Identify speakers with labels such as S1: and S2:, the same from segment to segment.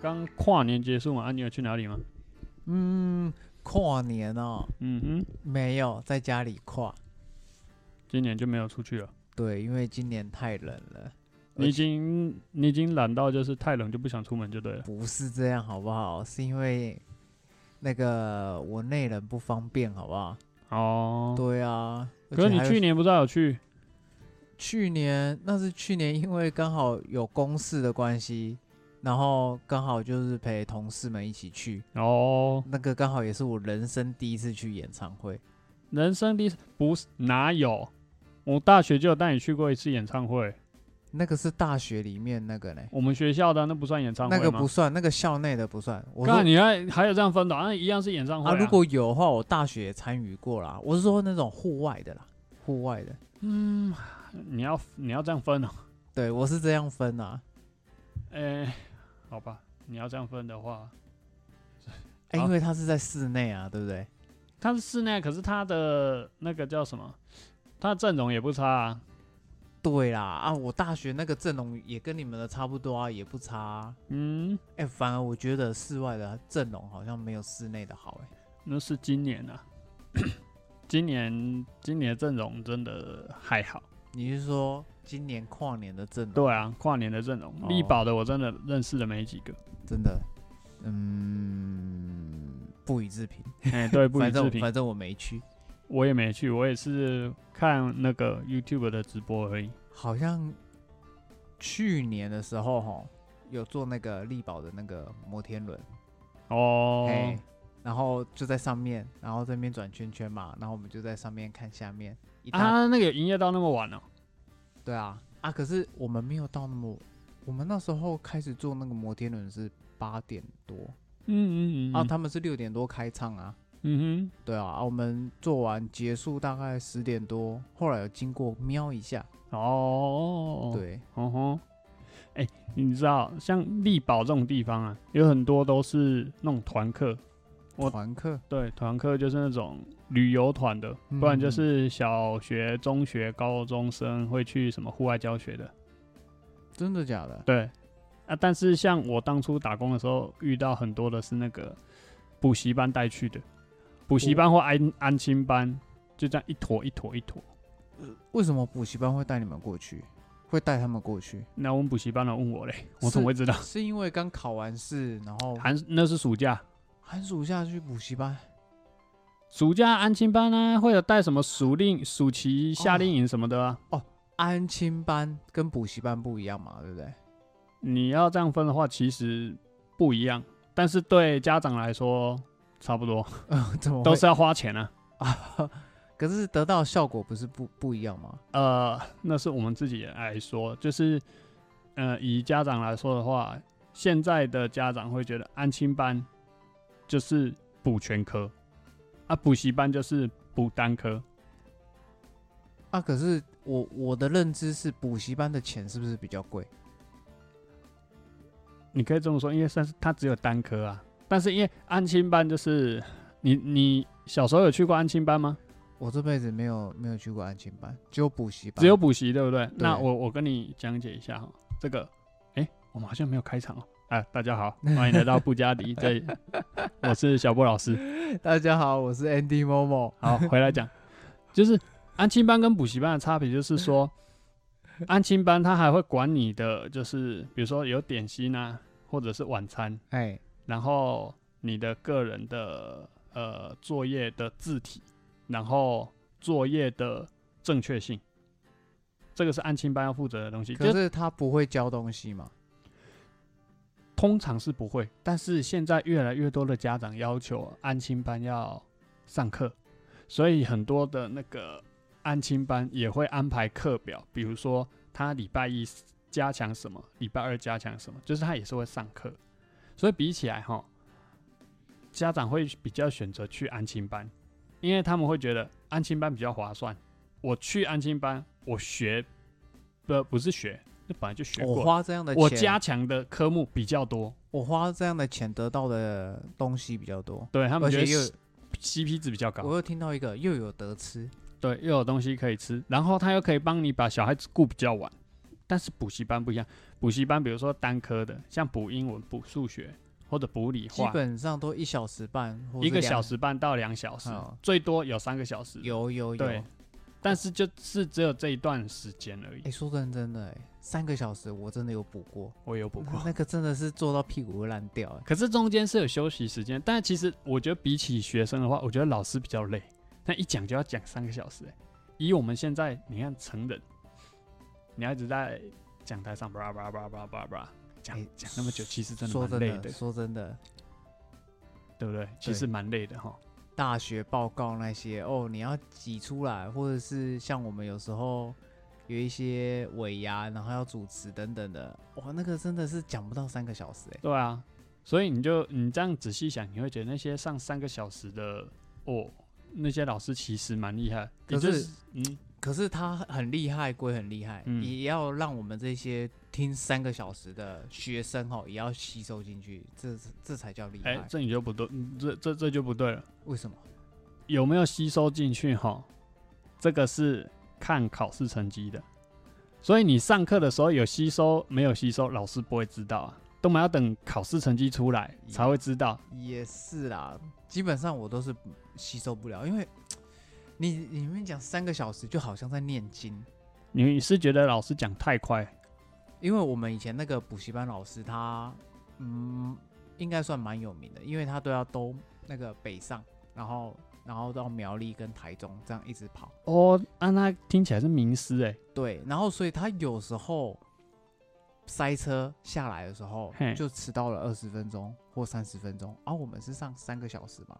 S1: 刚跨年结束嘛，啊，你有去哪里吗？
S2: 嗯，跨年哦，
S1: 嗯哼，
S2: 没有在家里跨。
S1: 今年就没有出去了。
S2: 对，因为今年太冷了。
S1: 你已经你已经懒到就是太冷就不想出门就对了。
S2: 不是这样，好不好？是因为那个我内人不方便，好不好？
S1: 哦，
S2: 对啊。而
S1: 可是
S2: 且
S1: 你
S2: 还有
S1: 去年不是还有去？
S2: 去年那是去年，因为刚好有公事的关系，然后刚好就是陪同事们一起去，
S1: 哦，
S2: 那个刚好也是我人生第一次去演唱会。
S1: 人生第一次不是哪有？我大学就有带你去过一次演唱会，
S2: 那个是大学里面那个呢，
S1: 我们学校的那不算演唱会
S2: 那
S1: 吗？
S2: 个不算，那个校内的不算。我说
S1: 干你还还有这样分的啊？那一样是演唱会、
S2: 啊，如果有的话，我大学也参与过啦。我是说那种户外的啦，户外的。
S1: 嗯，你要你要这样分哦、
S2: 对，我是这样分啊。
S1: 哎、好吧，你要这样分的话，
S2: 哎、
S1: 好
S2: 因为它是在室内啊，对不对？
S1: 他是室内，可是他的那个叫什么？他的阵容也不差啊。
S2: 对啦，啊，我大学那个阵容也跟你们的差不多啊，也不差、啊。
S1: 嗯，
S2: 哎、反而我觉得室外的阵容好像没有室内的好、哎，
S1: 那是今年啊， 今年今年的阵容真的还好。
S2: 你是说今年跨年的阵容？
S1: 对啊，跨年的阵容，
S2: 哦
S1: 力宝的我真的认识的没几 个。
S2: 真的，嗯，不予置评。
S1: 哎、对，不予
S2: 反正
S1: 置
S2: 我
S1: 评。
S2: 反正我没去，
S1: 我也没去，我也是看那个 YouTube 的直播而已。
S2: 好像去年的时候吼，有做那个力宝的那个摩天轮，
S1: 哦，
S2: 哎、然后就在上面，然后这边转圈圈嘛，然后我们就在上面看下面一大、
S1: 啊，那个有营业到那么晚哦、
S2: 对啊啊，可是我们没有到那么，我们那时候开始做那个摩天轮是八点多、
S1: 嗯嗯嗯，
S2: 啊，他们是六点多开唱啊，
S1: 嗯
S2: 对啊，啊我们做完结束大概十点多，后来有经过瞄一下，
S1: 哼，哦，，
S2: 对，
S1: 哦吼，哎、你知道像力宝这种地方啊，有很多都是那种团客，我
S2: 团课
S1: 对，团客就是那种旅游团的，不然就是小学、中学、高中生会去什么户外教学的，
S2: 真的假的？
S1: 对，啊，但是像我当初打工的时候，遇到很多的是那个补习班带去的，补习班或安安亲班，就这样一坨一坨一坨。
S2: 为什么补习班会带你们过去？会带他们过去？
S1: 那我们补习班的问我嘞，我怎么会知道？
S2: 是因为刚考完试，然后
S1: 寒那是暑假，
S2: 寒暑假去补习班？
S1: 暑假安亲班啊，会有带什么暑令、暑期夏令营什么的啊。
S2: 安亲班跟补习班不一样嘛，对不对？
S1: 你要这样分的话，其实不一样，但是对家长来说差不多，
S2: 呃，怎么会
S1: 都是要花钱啊。
S2: 啊？可是得到的效果不是不不一样吗？
S1: 呃，那是我们自己来说，就是呃，以家长来说的话，现在的家长会觉得安亲班就是补全科，啊，补习班就是补单科。
S2: 啊，可是我我的认知是补习班的钱是不是比较贵？
S1: 你可以这么说，因为算是它只有单科啊，但是因为安亲班就是你你小时候有去过安亲班吗？
S2: 我这辈子没有没有去过安亲班，只有补习班，
S1: 只有补习，对不对？那我我跟你讲解一下哈，这个，哎、我们好像没有开场哦。哎、大家好，欢迎来到布加迪，这我是小波老师。
S2: 大家好，我是 Andy Momo。
S1: 好，回来讲，就是安亲班跟补习班的差别，就是说，安亲班他还会管你的，就是比如说有点心啊，或者是晚餐，
S2: 哎，
S1: 然后你的个人的呃作业的字体，然后作业的正确性，这个是安亲班要负责的东西。
S2: 可
S1: 就是
S2: 他不会教东西嘛？
S1: 通常是不会，但是现在越来越多的家长要求安亲班要上课，所以很多的那个安亲班也会安排课表，比如说他礼拜一加强什么，礼拜二加强什么，就是他也是会上课。所以比起来哈，家长会比较选择去安亲班，因为他们会觉得安亲班比较划算。我去安亲班，我学不不是学，那本来就学过
S2: 我
S1: 了。
S2: 花这样的钱，
S1: 我加强的科目比较多，
S2: 我花这样的钱得到的东西比较多，
S1: 对他们
S2: 而
S1: 觉得
S2: 且又
S1: CP 值比较
S2: 我
S1: 高，
S2: 又听到一个又有得吃，
S1: 对，又有东西可以吃，然后他又可以帮你把小孩子顾比较晚，但是补习班不一样，补习班比如说单科的，像补英文、补数学或者补理
S2: 基
S1: 化，
S2: 本上都一小时半或是
S1: 一个
S2: 两
S1: 小时半到两小时
S2: 好，
S1: 最多有三个小时。
S2: 有有有。
S1: 对
S2: 哎、
S1: 但是就是只有这一段时间而已。
S2: 说认真的、哎，三个小时我真的有补过，
S1: 我有补
S2: 那
S1: 过，
S2: 那个真的是做到屁股会烂掉、哎，
S1: 可是中间是有休息时间。但其实我觉得比起学生的话，我觉得老师比较累，那一讲就要讲三个小时、欸。以我们现在，你看成人，你要一直在讲台上叭叭叭叭叭叭讲
S2: 哎
S1: 讲那么久，其实真的
S2: 说
S1: 蛮
S2: 真
S1: 累
S2: 的，说真的，
S1: 对不对？其实蛮累的哈。
S2: 大学报告那些哦，你要挤出来，或者是像我们有时候有一些尾牙，然后要主持等等的，哇，那个真的是讲不到三个小时哎、
S1: 对啊，所以你就你这样仔细想，你会觉得那些上三个小时的哦，那些老师其实蛮厉害。
S2: 可
S1: 也就是嗯，
S2: 可是他很厉害归很厉害，
S1: 嗯
S2: 也要让我们这些听三个小时的学生哦，也要吸收进去，这这才叫厉害。
S1: 哎、这你就不对，嗯这这这就不对了。
S2: 为什么？
S1: 有没有吸收进去哈，这个是看考试成绩的。所以你上课的时候有吸收没有吸收，老师不会知道啊，都没有要等考试成绩出来才会知道。
S2: 也是啦，基本上我都是吸收不了，因为你你们讲三个小时就好像在念经，
S1: 你是觉得老师讲太快，
S2: 因为我们以前那个补习班老师他，嗯，应该算蛮有名的，因为他都要都那个北上，然后然后到苗栗跟台中这样一直跑，
S1: 哦，啊，那听起来是名师哎、
S2: 对，然后所以他有时候塞车下来的时候
S1: 嘿
S2: 就迟到了二十分钟或三十分钟，而、啊我们是上三个小时嘛，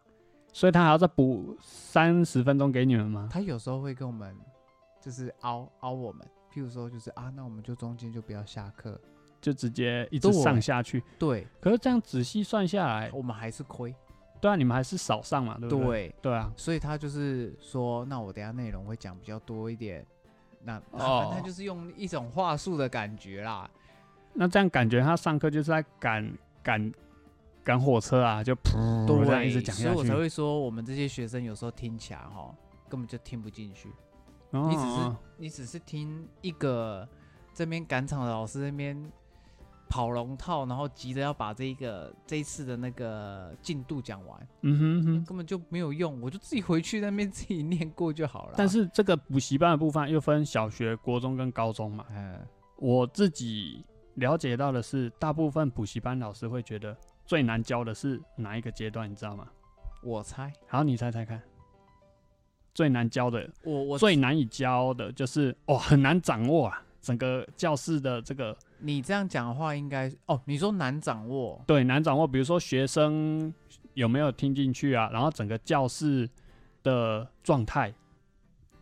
S1: 所以他还要再补三十分钟给你们吗？
S2: 他有时候会跟我们就是凹凹我们，譬如说就是啊，那我们就中间就不要下课，
S1: 就直接一直上下去。
S2: 对
S1: 可是这样仔细算下来，
S2: 我们还是亏，
S1: 对啊，你们还是少上嘛，对不对？
S2: 对。
S1: 对啊，
S2: 所以他就是说，那我等一下内容会讲比较多一点。那、
S1: 哦
S2: 他就是用一种话术的感觉啦，
S1: 那这样感觉他上课就是在赶赶赶火车啊，就噗这样
S2: 对，
S1: 一直讲
S2: 所
S1: 下
S2: 以我才
S1: 去。
S2: 会说，我们这些学生有时候听起来哈，根本就听不进去。
S1: 哦
S2: 你只是你只是听一个这边赶场的老师那边跑龙套，然后急着要把这一个这一次的那个进度讲完，哎
S1: 嗯哼哼。
S2: 根本就没有用，我就自己回去那边自己念过就好了。
S1: 但，是这个补习班的部分又分小学、国中跟高中嘛。
S2: 嗯，
S1: 我自己了解到的是，大部分补习班老师会觉得最难教的是哪一个阶段，你知道吗？
S2: 我猜，
S1: 好，你猜猜看，最难教的
S2: 我我
S1: 最难以教的就是哦，很难掌握啊，整个教室的这个
S2: 你这样讲的话，应该哦，你说难掌握，
S1: 对难掌握，比如说学生有没有听进去啊，然后整个教室的状态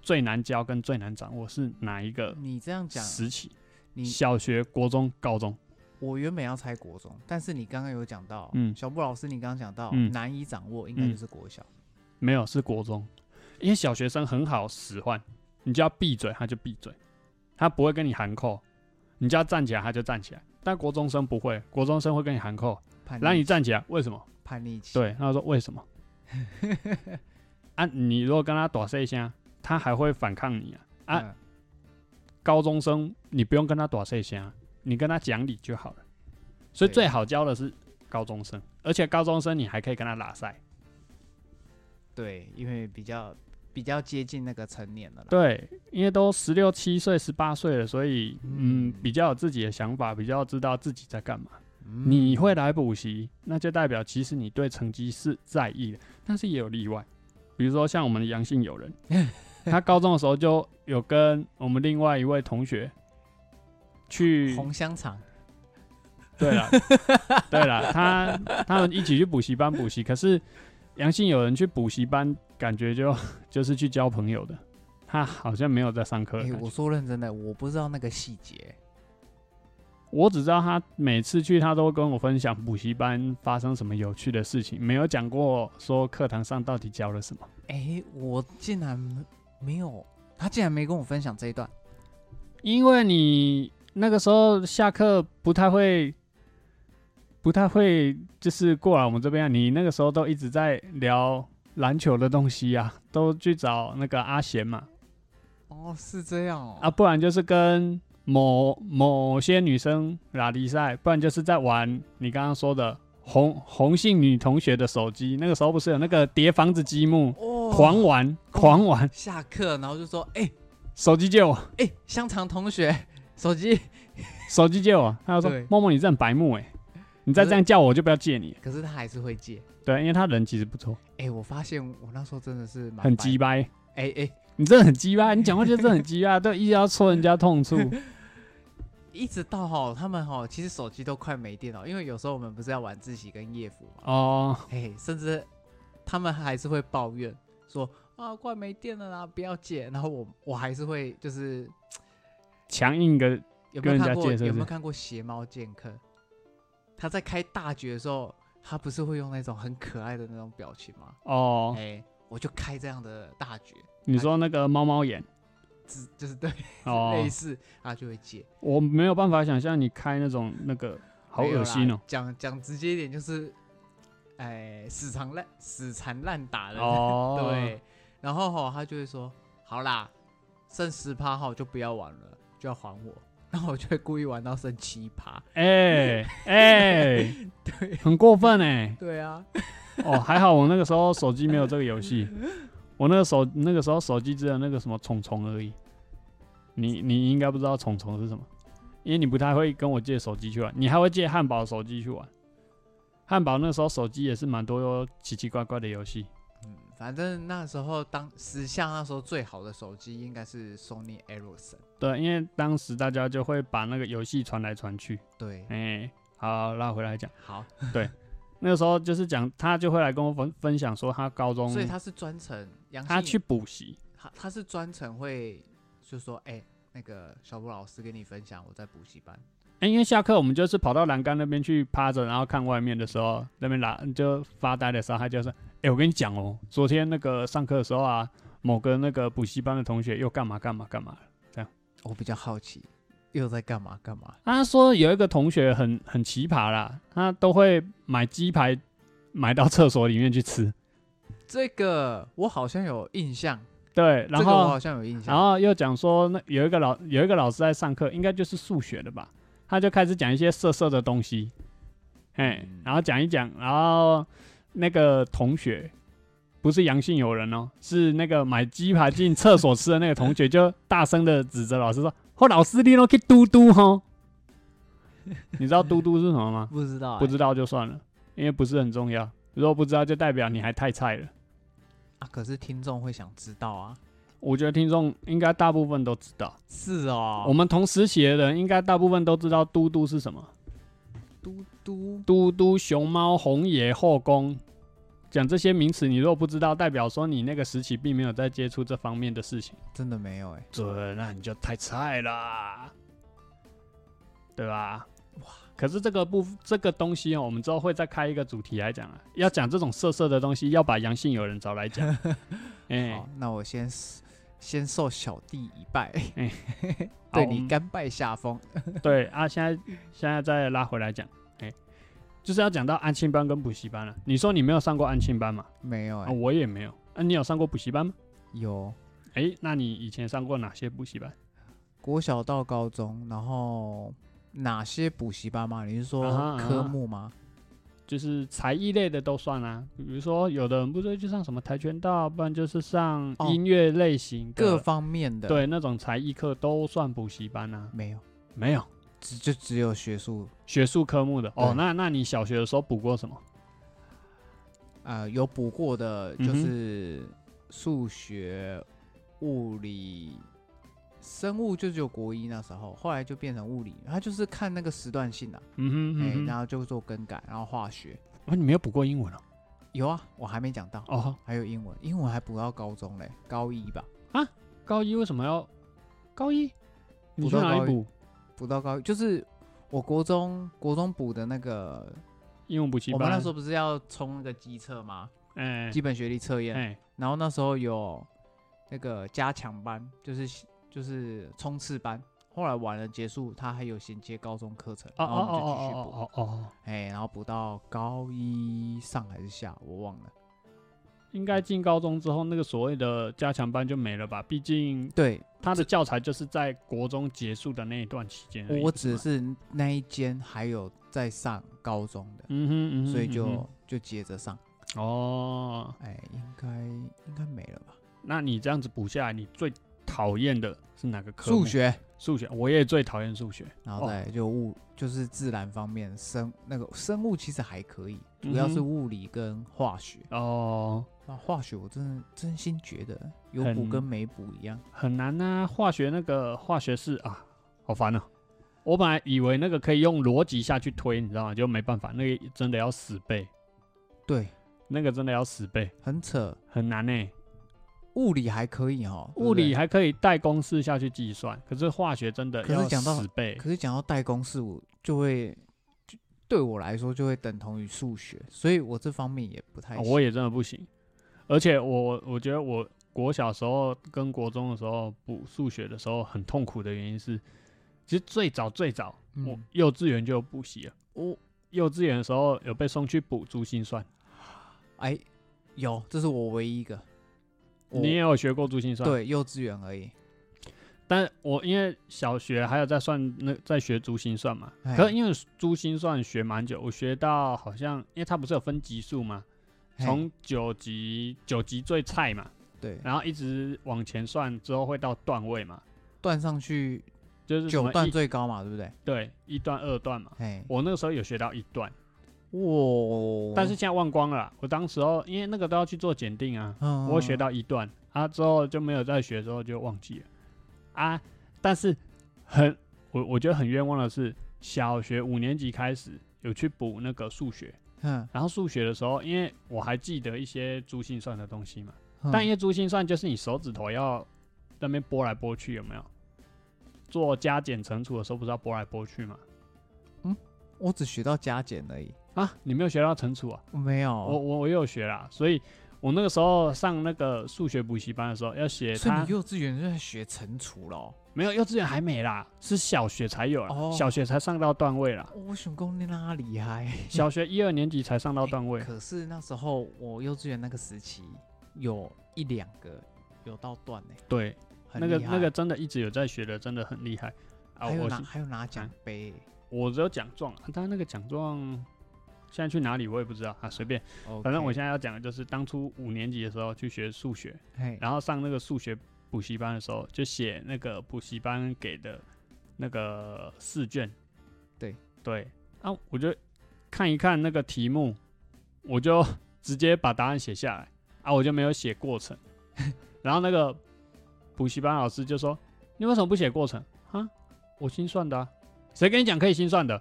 S1: 最难教跟最难掌握是哪一个
S2: 你这样讲，
S1: 时期？
S2: 你
S1: 小学、国中、高中，
S2: 我原本要猜国中，但是你刚刚有讲到，
S1: 嗯
S2: 小布老师，你刚刚讲到、
S1: 嗯
S2: 难以掌握，应该就是国小，
S1: 没有是国中，因为小学生很好使唤，你就要闭嘴，他就闭嘴，他不会跟你喊扣，你就要站起来，他就站起来。但国中生不会，国中生会跟你喊扣，
S2: 叛逆
S1: 让你站起来，为什么？
S2: 叛逆期，，
S1: 对，他说为 什么？啊，你如果跟他打一下，他还会反抗你啊。啊，
S2: 嗯
S1: 高中生你不用跟他打一下，你跟他讲理就好了。所以
S2: 对
S1: 最好教的是高中生，而且高中生你还可以跟他拉塞。
S2: 对，因为比较比较接近那个成年了啦，
S1: 对，因为都十六七岁、十八岁了，所以嗯
S2: 嗯
S1: 比较有自己的想法，比较知道自己在干嘛。
S2: 嗯
S1: 你会来补习，那就代表其实你对成绩是在意的，但是也有例外，比如说像我们的阳性友 人，他高中的时候就有跟我们另外一位同学去，
S2: 红香肠，
S1: 对 了，对了，他他们一起去补习班补习，可是阳性友人去补习班，感觉就 就是去交朋友的，他好像没有在上课的
S2: 哎、
S1: 呃感觉。
S2: 我说认真的，我不知道那个细节，
S1: 我只知道他每次去，他都会跟我分享补习班发生什么有趣的事情，没有讲过说课堂上到底教了什么。
S2: 哎、我竟然没有，他竟然没跟我分享这一段，
S1: 因为你那个时候下课不太会，不太会就是过来我们这边啊、你那个时候都一直在聊篮球的东西啊，都去找那个阿贤嘛，
S2: 哦，是这样哦，
S1: 啊啊，不然就是跟某某些女生拉力赛，不然就是在玩你刚刚说的红红姓女同学的手机。那个时候不是有那个叠房子积木，
S2: 哦
S1: 狂玩狂玩，
S2: 下课，然后就说，哎、
S1: 手机借我，
S2: 哎、香肠同学， 手机。
S1: 手机借我。他就说
S2: 对：“
S1: 默默，你这很白目哎、你再这样叫我，我就不要借你。
S2: 可是他还是会借。”
S1: 对，因为他人其实不错，
S2: 哎、我发现我那时候真的是蛮
S1: 很
S2: 白
S1: 鸡。掰。
S2: 哎哎、
S1: 你真的很鸡巴，你讲话就是很鸡巴， 都一直要戳人家痛处。
S2: 一直到哈，他们哈，其实手机都快没电了，因为有时候我们不是要晚自习跟夜辅嘛，
S1: 哦，
S2: 哎、甚至他们还是会抱怨说啊，快没电了啦，不要借。然后我我还是会就是
S1: 强硬个
S2: 有没
S1: 跟人
S2: 有
S1: 家
S2: 看过
S1: 借是不
S2: 有没有
S1: 是
S2: 看过邪猫剑客？他在开大绝的时候，他不是会用那种很可爱的那种表情吗？哎、
S1: 哦。
S2: 我就开这样的大绝，
S1: 你说那个猫猫眼
S2: 只就是对、
S1: 哦，
S2: 类似，他就会借。
S1: 我没有办法想象你开那种那个，好
S2: 没有
S1: 恶
S2: 啦
S1: 心哦、
S2: 讲讲直接一点就是，哎，死缠烂死缠烂打的，
S1: 哦，
S2: 对。然后吼、他就会说，好啦，剩十趴号就不要玩了，就要还我。然后我就会故意玩到剩七趴。
S1: 哎哎，
S2: 对
S1: 很过分哎、
S2: 对啊，
S1: 哦，还好我那个时候手机没有这个游戏，我那个手那个时候手机只有那个什么虫虫而已。你你应该不知道虫虫是什么，因为你不太会跟我借手机去玩，你还会借汉堡手机去玩。汉堡那时候手机也是蛮多奇奇怪怪的游戏，
S2: 嗯， 反正那时候当时下那时候最好的手机应该是 Sony Ericsson。
S1: 对，因为当时大家就会把那个游戏传来传去。
S2: 对，
S1: 哎、好，拉回来讲。
S2: 好，
S1: 那个时候就是讲，他就会来跟我分分享说，他高中
S2: 所以他是专程杨
S1: 他
S2: 欣
S1: 去补习，
S2: 他他是专程会就说，哎、那个小布老师跟你分享我在补习班。
S1: 哎、因为下课我们就是跑到栏杆那边去趴着，然后看外面的时候，那边拉就发呆的时候，他就说：“哎、我跟你讲哦，昨天那个上课的时候啊，某个那个补习班的同学又干嘛干嘛干嘛了。
S2: 我比较好奇，又在干嘛干嘛？
S1: 他说有一个同学很很奇葩啦，他都会买鸡排买到厕所里面去吃，
S2: 这个我好像有印象，
S1: 对，然
S2: 这个我
S1: 后
S2: 好像有印
S1: 然
S2: 象。
S1: 后又讲说，那有一个老有一个老师在上课，应该就是数学的吧，他就开始讲一些色色的东西，哎
S2: 嗯，
S1: 然后讲一讲，然后那个同学不是阳性友人哦，是那个买鸡排进厕所吃的那个同学，就大声的指着老师说：“哦，老师你都去嘟嘟吼。”你知道嘟嘟是什么 吗？
S2: 不知道、
S1: 不知道就哎算了，因为不是很重要。如果不知道，就代表你还太菜了。
S2: 啊，可是听众会想知道啊。
S1: 我觉得听众应该大部分都知道。
S2: 是哦，
S1: 我们同时期的人应该大部分都知道嘟嘟是什么，
S2: 嘟嘟
S1: 嘟嘟、熊猫、红野、后宫，讲这些名词，你如果不知道，代表说你那个时期并没有在接触这方面的事情。
S2: 真的没有哎、
S1: 对，啊那你就太菜啦，对吧？哇！可是这个部这个东西哦，我们之后会再开一个主题来讲啊。要讲这种色色的东西，要把阳性友人找来 讲。哎、
S2: 好，那我先 s- 先受小弟一拜，
S1: 好
S2: 对
S1: 我们
S2: 你甘拜下风。
S1: 对啊，现在现在再拉回来讲，哎、就是要讲到安庆班跟补习班了、你说你没有上过安庆班嘛？
S2: 没有哎、欸
S1: 啊，我也没有。啊，你有上过补习班吗？
S2: 有
S1: 哎、那你以前上过哪些补习班？
S2: 国小到高中，然后哪些补习班吗？你是
S1: 啊哈啊
S2: 说
S1: 哈
S2: 科目吗？
S1: 就是才艺类的都算啊，比如说有的人不是去上什么跆拳道，不然就是上
S2: 哦
S1: 音乐类型的、
S2: 各方面的
S1: 对那种才艺课都算补习班啊。
S2: 没有，
S1: 没有
S2: 只就只有学术
S1: 学术科目的哦
S2: 对，
S1: 那那你小学的时候补过什么？
S2: 呃，有补过的
S1: 嗯
S2: 就
S1: 哼
S2: 是数学、物理、生物，就只有国一那时候，后来就变成物理，它就是看那个时段性啊，
S1: 嗯哼
S2: 哎、
S1: 嗯哼，
S2: 然后就做更改，然后化学
S1: 哦你没有补过英文哦？
S2: 有啊，我还没讲到，
S1: 哦，
S2: 还有英文，英文还补到高中嘞，高一吧，
S1: 高一为什么要高一？你
S2: 补
S1: 去
S2: 到
S1: 哪
S2: 高
S1: 里
S2: 一
S1: 补？
S2: 补到高一就是我国中国中补的那个，
S1: 英文补习
S2: 我
S1: 班？
S2: 们那时候不是要冲那个机测吗？
S1: 哎
S2: 基本学历测验，
S1: 哎
S2: 然后那时候有那个加强班，就是就是冲刺班。后来完了结束，他还有衔接高中课程，
S1: 哦
S2: 然后我
S1: 哦
S2: 们就继续补，
S1: 哦哦哦哦，
S2: 哎、然后补到高一上还是下，我忘了。
S1: 应该进高中之后，那个所谓的加强班就没了吧？毕竟
S2: 对
S1: 他的教材就是在国中结束的那一段期间而已。
S2: 我
S1: 是
S2: 只
S1: 吗，
S2: 是那一间还有在上高中的，
S1: 嗯哼嗯哼，
S2: 所以
S1: 嗯
S2: 就、
S1: 哼
S2: 就接着上。
S1: 哦，
S2: 哎，应该应该没了吧？
S1: 那你这样子补下来，你最讨厌的是哪个科目？
S2: 数，学，
S1: 数学，我也最讨厌数学。
S2: 然后
S1: 哦
S2: 再来就物、就是自然方面，生那个生物其实还可以，主要是
S1: 嗯哼
S2: 物理跟化学。
S1: 哦，
S2: 那化学我真的真心觉得有
S1: 很
S2: 补跟没补一样。
S1: 很难呐、化学那个化学式啊，好烦哦。我本来以为那个可以用逻辑下去推，你知道吗？就没办法，那个真的要死背，
S2: 对，
S1: 那个真的要死背，
S2: 很扯。
S1: 很难呢、
S2: 物理还可以哦，对不
S1: 物理
S2: 对，
S1: 还可以代公式下去计算，可是化学真的
S2: 可是
S1: 要
S2: 讲到
S1: 死背。
S2: 可是讲到代公式，我就会就对我来说就会等同于数学，所以我这方面也不太
S1: 啊
S2: 行。
S1: 我也真的不行。而且我我觉得我国小时候跟国中的时候补数学的时候很痛苦的原因是，其实最早最早、我
S2: 嗯哦
S1: 幼稚园就有补习了。我幼稚园的时候有被送去补珠心算，
S2: 哎，有，这是我唯一一个。我
S1: 你也有学过珠心算？。
S2: 对幼稚园而已，
S1: 但我因为小学还有在算那在学珠心算嘛，
S2: 哎
S1: 可是因为珠心算学蛮久，我学到好像因为它不是有分级数嘛，
S2: 嘿
S1: 从九级九级最菜嘛，
S2: 对
S1: 然后一直往前算之后会到段位嘛，
S2: 段上去
S1: 就是什么
S2: 九段
S1: 一
S2: 最高嘛，对不对？
S1: 对一段二段嘛。
S2: 哎，
S1: 我那个时候有学到一段，
S2: 哦哇！
S1: 但是现在忘光了啦。我当时候因为那个都要去做检定啊，
S2: 嗯
S1: 我学到一段啊之后就没有再学，之后就忘记了啊。但是很我我觉得很冤枉的是，小学五年级开始有去补那个数学，
S2: 嗯，
S1: 然后数学的时候，因为我还记得一些珠心算的东西嘛，
S2: 嗯
S1: 但因为珠心算就是你手指头要在那边拨来拨去，有没有？做加减乘除的时候不是要拨来拨去吗？
S2: 我只学到加减而已，
S1: 啊，你没有学到乘除啊？
S2: 没有。
S1: 我我我也有学啦，所以我那个时候上那个数学补习班的时候要写
S2: 所以
S1: 它
S2: 你幼稚园就在学乘除了哦、
S1: 没有幼稚园还没啦，是小学才有啦，
S2: 哦
S1: 小学才上到段位 啦，
S2: 我想功你那厉害。
S1: 小学一二年级才上到段位。
S2: 哎 可是那时候我幼稚园那个时期有一两个有到段呢、
S1: 对，
S2: 很
S1: 那个
S2: 厉害
S1: 那个真的一直有在学的，真的很厉害啊！
S2: 还有
S1: 我
S2: 拿
S1: 是
S2: 还有拿奖杯欸、
S1: 我只有奖状啊，但那个奖状现在去哪里我也不知道啊，随便。
S2: OK
S1: 反正我现在要讲的就是当初五年级的时候去学数学，
S2: 嘿
S1: 然后上那个数学补习班的时候，就写那个补习班给的那个试卷。
S2: 对
S1: 对啊，我就看一看那个题目，我就直接把答案写下来啊，我就没有写过程。 然后那个补习班老师就说：“你为什么不写过程啊？我心算的、啊，谁跟你讲可以心算的？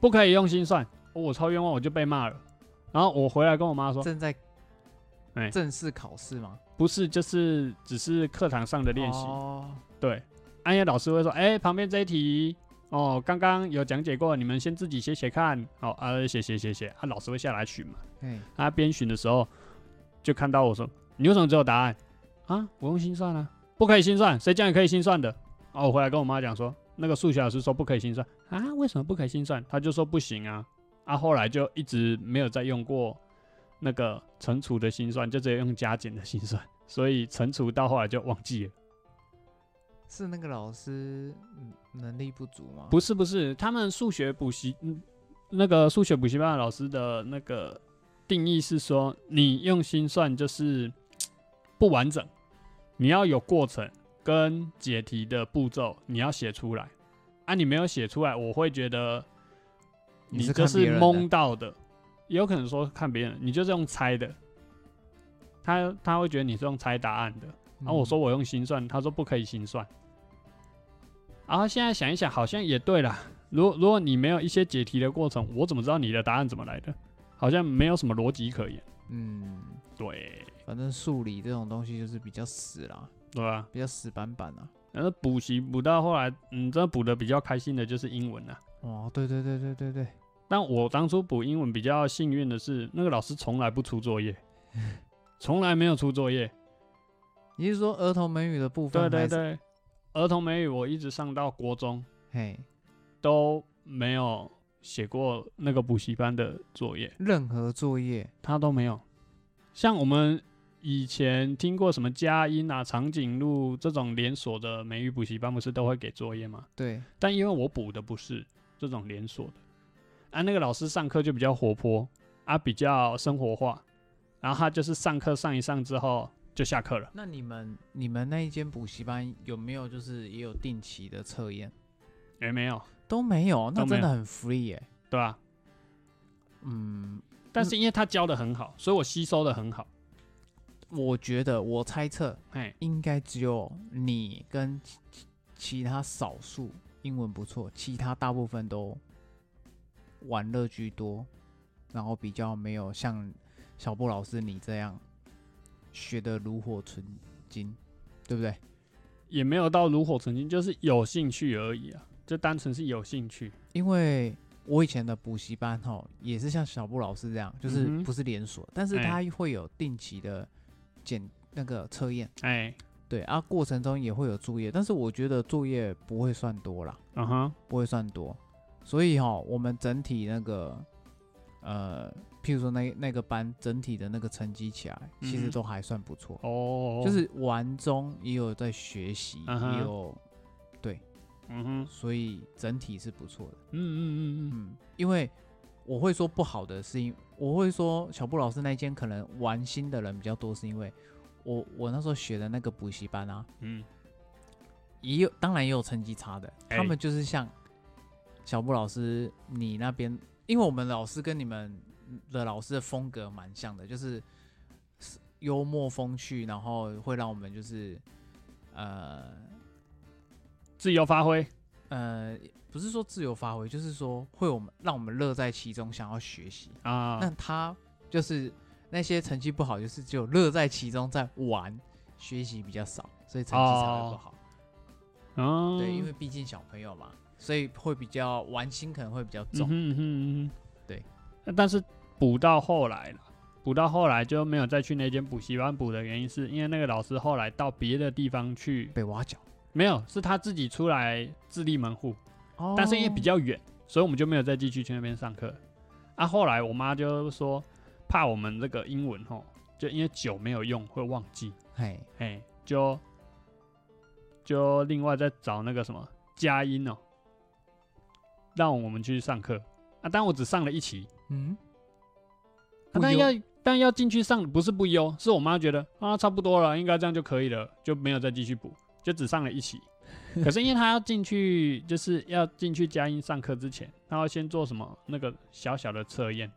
S1: 不可以用心算。哦我超冤枉，我就被骂了。然后我回来跟我妈说，
S2: 正在
S1: 哎
S2: 正式考试嘛，
S1: 不是，就是只是课堂上的练习。
S2: 哦
S1: 对，安叶老师会说，哎、旁边这一题哦，刚刚有讲解过，你们先自己写写看。好、哦、啊，写写写写，啊，老师会下来巡嘛。
S2: 嘿
S1: 他边巡的时候，就看到我说，你为什么只有答案啊？我用心算啊，不可以心算，谁叫你可以心算的？哦，我回来跟我妈讲说，那个数学老师说不可以心算啊，为什么不可以心算？他就说不行啊，啊，后来就一直没有再用过那个乘除的心算，就直接用加减的心算，所以乘除到后来就忘记了。
S2: 是那个老师嗯能力不足吗？
S1: 不是不是，他们数学补习，嗯，那个数学补习班的老师的那个定义是说，你用心算就是不完整，你要有过程跟解题的步骤，你要写出来。啊，你没有写出来，我会觉得
S2: 你
S1: 你
S2: 是
S1: 就
S2: 看别
S1: 是
S2: 人的
S1: 蒙到的，也有可能说看别人，你就是用猜的。他他会觉得你是用猜答案的，
S2: 嗯
S1: 然啊后我说我用心算，他说不可以心算。然后现在想一想，好像也对啦。如如果你没有一些解题的过程，我怎么知道你的答案怎么来的？好像没有什么逻辑可言。
S2: 嗯，
S1: 对，
S2: 反正数理这种东西就是比较死啦，
S1: 对吧、
S2: 比较死板板啊。
S1: 但是补习补到后来，嗯，真的补的比较开心的就是英文啊。
S2: 哦，对对对对对对，
S1: 但我当初补英文比较幸运的是，那个老师从来不出作业，从来没有出作业。
S2: 你是说儿童美语的部分？
S1: 对对，对，儿童美语我一直上到国中
S2: 嘿，
S1: 都没有写过那个补习班的作业。
S2: 任何作业
S1: 他都没有。像我们以前听过什么佳音啊、长颈鹿这种连锁的美语补习班，不是都会给作业吗？
S2: 对，
S1: 但因为我补的不是这种连锁的，啊，那个老师上课就比较活泼啊，比较生活化，然后他就是上课上一上之后就下课了。
S2: 那你们你们那一间补习班有没有就是也有定期的测验？
S1: 也没有，
S2: 都没有，那
S1: 都
S2: 真
S1: 没
S2: 的
S1: 有
S2: 很 free 耶、
S1: 对吧、
S2: 嗯，
S1: 但是因为他教的很好，所以我吸收的很好。
S2: 我觉得我猜测
S1: 嘿，
S2: 应该只有你跟其其其他少数英文不错，其他大部分都玩乐居多，然后比较没有像小布老师你这样学的炉火纯青，对不对？
S1: 也没有到炉火纯青，就是有兴趣而已啊，就单纯是有兴趣。
S2: 因为我以前的补习班哈，也是像小布老师这样，就是
S1: 嗯哼
S2: 不是连锁，但是
S1: 哎
S2: 它会有定期的检那个测验，
S1: 哎，
S2: 对啊，过程中也会有作业，但是我觉得作业不会算多啦，
S1: 嗯哼，
S2: 不会算多，所以哈，我们整体那个呃，譬如说那那个班整体的那个成绩起来，
S1: 嗯
S2: 其实
S1: 哼
S2: 都还算不错，
S1: 哦，
S2: 就是玩中也有在学习，
S1: 嗯哼
S2: 也有，
S1: 嗯哼，
S2: 所以整体是不错的。
S1: 嗯嗯嗯嗯
S2: 嗯，因为我会说不好的是因，我会说小布老师那间可能玩心的人比较多，是因为我我那时候学的那个补习班啊，
S1: 嗯，
S2: 也有当然也有成绩差的，
S1: 哎
S2: 他们就是像小布老师你那边，因为我们老师跟你们的老师的风格蛮像的，就是是幽默风趣，然后会让我们就是呃
S1: 自由发挥。
S2: 呃。不是说自由发挥，就是说会我们让我们乐在其中，想要学习。
S1: 啊，
S2: 那他就是那些成绩不好，就是只有乐在其中，在玩，学习比较少，所以成绩才会不好。
S1: 哦，
S2: 对，因为毕竟小朋友嘛，所以会比较玩心可能会比较
S1: 嗯
S2: 重。
S1: 哼嗯哼嗯哼，
S2: 对
S1: 那但是补到后来了，补到后来就没有再去那间补习班补的原因，是因为那个老师后来到别的地方去，
S2: 被挖角，
S1: 没有，是他自己出来自立门户，但是因为比
S2: 较
S1: 较远，所以我们就没有再继续去那边上课。啊，后来我妈就说怕我们这个英文吼，就因为久没有用会忘记，
S2: 哦嘿，
S1: 哎，就就另外再找那个什么佳音哦，让我们去上课啊。但我只上了一期，
S2: 嗯，
S1: 啊、但要但要进去上不是不优，是我妈觉得啊差不多了，应该这样就可以了，就没有再继续补，就只上了一期。可是因为她要进去，就是要进去佳音上课之前，她要先做什么那个小小的测验，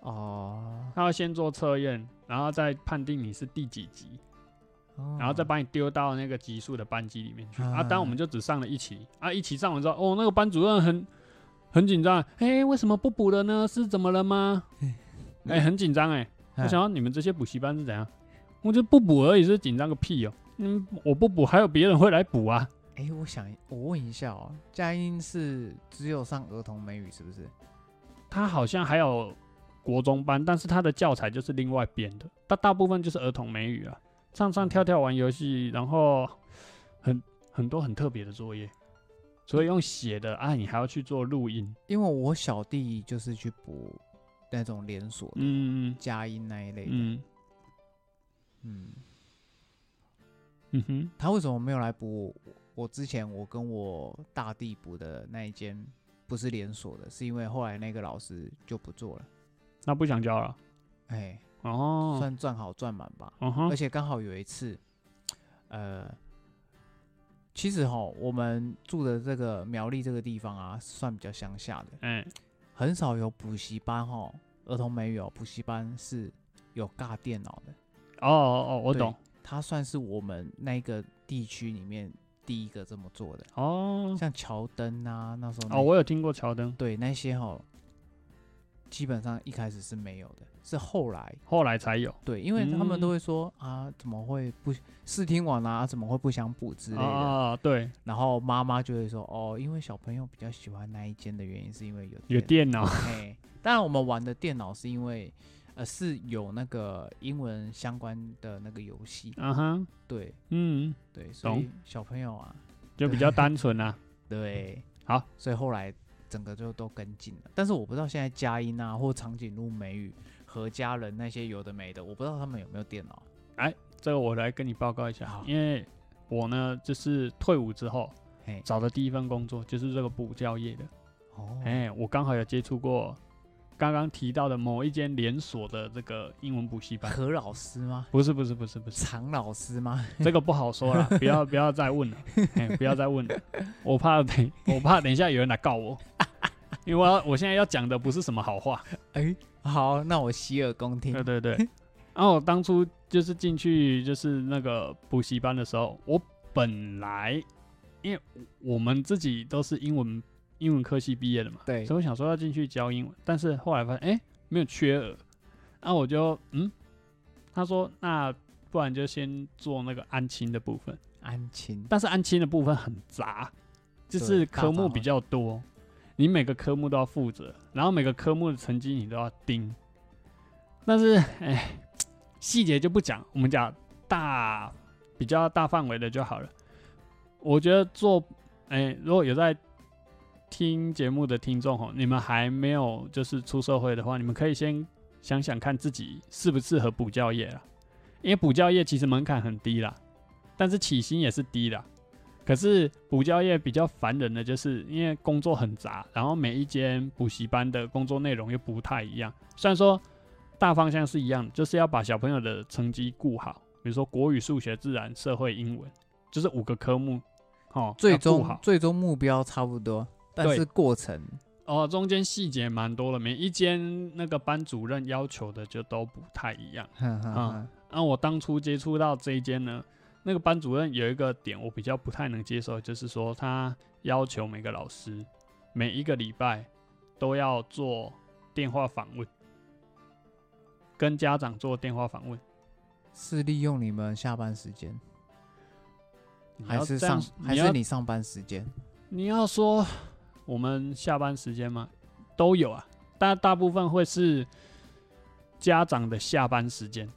S2: 哦，
S1: 她要先做测验，然后再判定你是第几级。然后再把
S2: 把
S1: 你丢到那个级数的班级里面去啊。
S2: 啊
S1: 当然我们就只上了一期啊，一期上完之后，哦，那个班主任很很紧张，哎、为什么不补了呢？是怎么了吗？哎、很紧张哎。
S2: 哦
S1: 我想要你们这些补习班是怎样？我就不补而已，是紧张个屁哦、嗯，我不补，还有别人会来补啊。
S2: 哎，我想我问一下哦，佳音是只有上儿童美语是不是？
S1: 他好像还有国中班，但是他的教材就是另外编的，大大部分就是儿童美语啊，唱唱跳跳玩游戏，然后很很多很特别的作业，所以用写的啊，你还要去做录音，
S2: 因为我小弟就是去补那种连锁的
S1: 嗯
S2: 佳音那一类的，
S1: 嗯
S2: 嗯
S1: 嗯哼，
S2: 他为什么没有来补我？我之前我跟我大弟补的那一间不是连锁的，是因为后来那个老师就不做了，
S1: 那不想教了
S2: 哎，
S1: 哦，
S2: 算赚好赚满吧。
S1: 嗯哼
S2: 而，且刚好有一次，呃，其实哈，我们住的这个苗栗这个地方啊，算比较乡下的，
S1: 哎、
S2: 很少有补习班哈，儿童美语哦，补习班是有尬电脑的，
S1: 哦哦哦，我
S2: 对
S1: 懂，
S2: 它算是我们那个地区里面第一个这么做的。
S1: 哦
S2: 像乔登啊，那时候那
S1: 哦，我有听过乔登，
S2: 对那些哈，基本上一开始是没有的，是后来
S1: 后来才有
S2: 对，因为他们都
S1: 嗯
S2: 会说、啊，怎么会不试听完啦、啊，怎么会不想补之类的，
S1: 哦，对，
S2: 然后妈妈就会说哦，因为小朋友比较喜欢那一间的原因，是因为有
S1: 有电
S2: 电
S1: 脑，
S2: 嘿，当然我们玩的电脑是因为呃是有那个英文相关的那个游戏，
S1: 嗯哼，
S2: 对
S1: 嗯，
S2: 对，所
S1: 懂
S2: 以小朋友啊，
S1: 就比较单纯啊，
S2: 对，
S1: 好，
S2: 所以后来整个就都跟进了。但是我不知道现在佳音啊或长颈鹿美语何家人那些有的没的，我不知道他们有没有电脑。
S1: 这个我来跟你报告一下
S2: 好，
S1: 因为我呢就是退伍之后
S2: 嘿，
S1: 找的第一份工作就是这个补教业的。
S2: 哦
S1: 哎、我刚好有接触过刚刚提到的某一间连锁的这个英文补 习班。
S2: 何老师吗？
S1: 不是不是不是不是，
S2: 常老师吗？
S1: 这个不好说 了，不要不要再问了，哎、不要再问了，我怕 等我怕等一下有人来告我，因为我要我现在要讲的不是什么好话，
S2: 哎，好，那我洗耳恭听
S1: 对。对对。然后我当初就是进去就是那个补习班的时候，我本来因为我们自己都是英文英文科系毕业的嘛，
S2: 对
S1: 所以我想说要进去教英文，但是后来发现哎、诶没有缺额，那、我就嗯，他说那不然就先做那个安亲的部分，
S2: 安亲，
S1: 但是安亲的部分很杂，就
S2: 对
S1: 是科
S2: 大杂
S1: 目
S2: 烩
S1: 比较多，你每个科目都要负责，然后每个科目的成绩你都要盯，但是哎，细节就不讲，我们讲大比较大范围的就好了。我觉得做哎、如果有在听节目的听众吼，你们还没有就是出社会的话，你们可以先想想看自己适不适合补教业啦，因为补教业其实门槛很低啦，但是起薪也是低啦。可是补教业比较烦人的，就是因为工作很杂，然后每一间补习班的工作内容又不太一样。虽然说大方向是一样的，就是要把小朋友的成绩顾好，比如说国语、数学、自然、社会、英文，就是五个科目，哦，
S2: 最
S1: 要顾
S2: 终
S1: 好
S2: 最终目标差不多，但
S1: 对
S2: 是过程
S1: 哦，中间细节蛮多的，每一间那个班主任要求的就都不太一样。
S2: 哼哼
S1: 啊
S2: 哼
S1: 那、我当初接触到这一间呢，那个班主任有一个点我比较不太能接受，就是说他要求每个老师每一个礼拜都要做电话访问，跟家长做电话访问，
S2: 是利用你们下班时间，
S1: 你
S2: 还
S1: 要
S2: 是
S1: 这样
S2: 上还
S1: 你
S2: 是
S1: 要
S2: 你上班时间？
S1: 你要说我们下班时间吗？都有啊，但大部分会是家长的下班时间。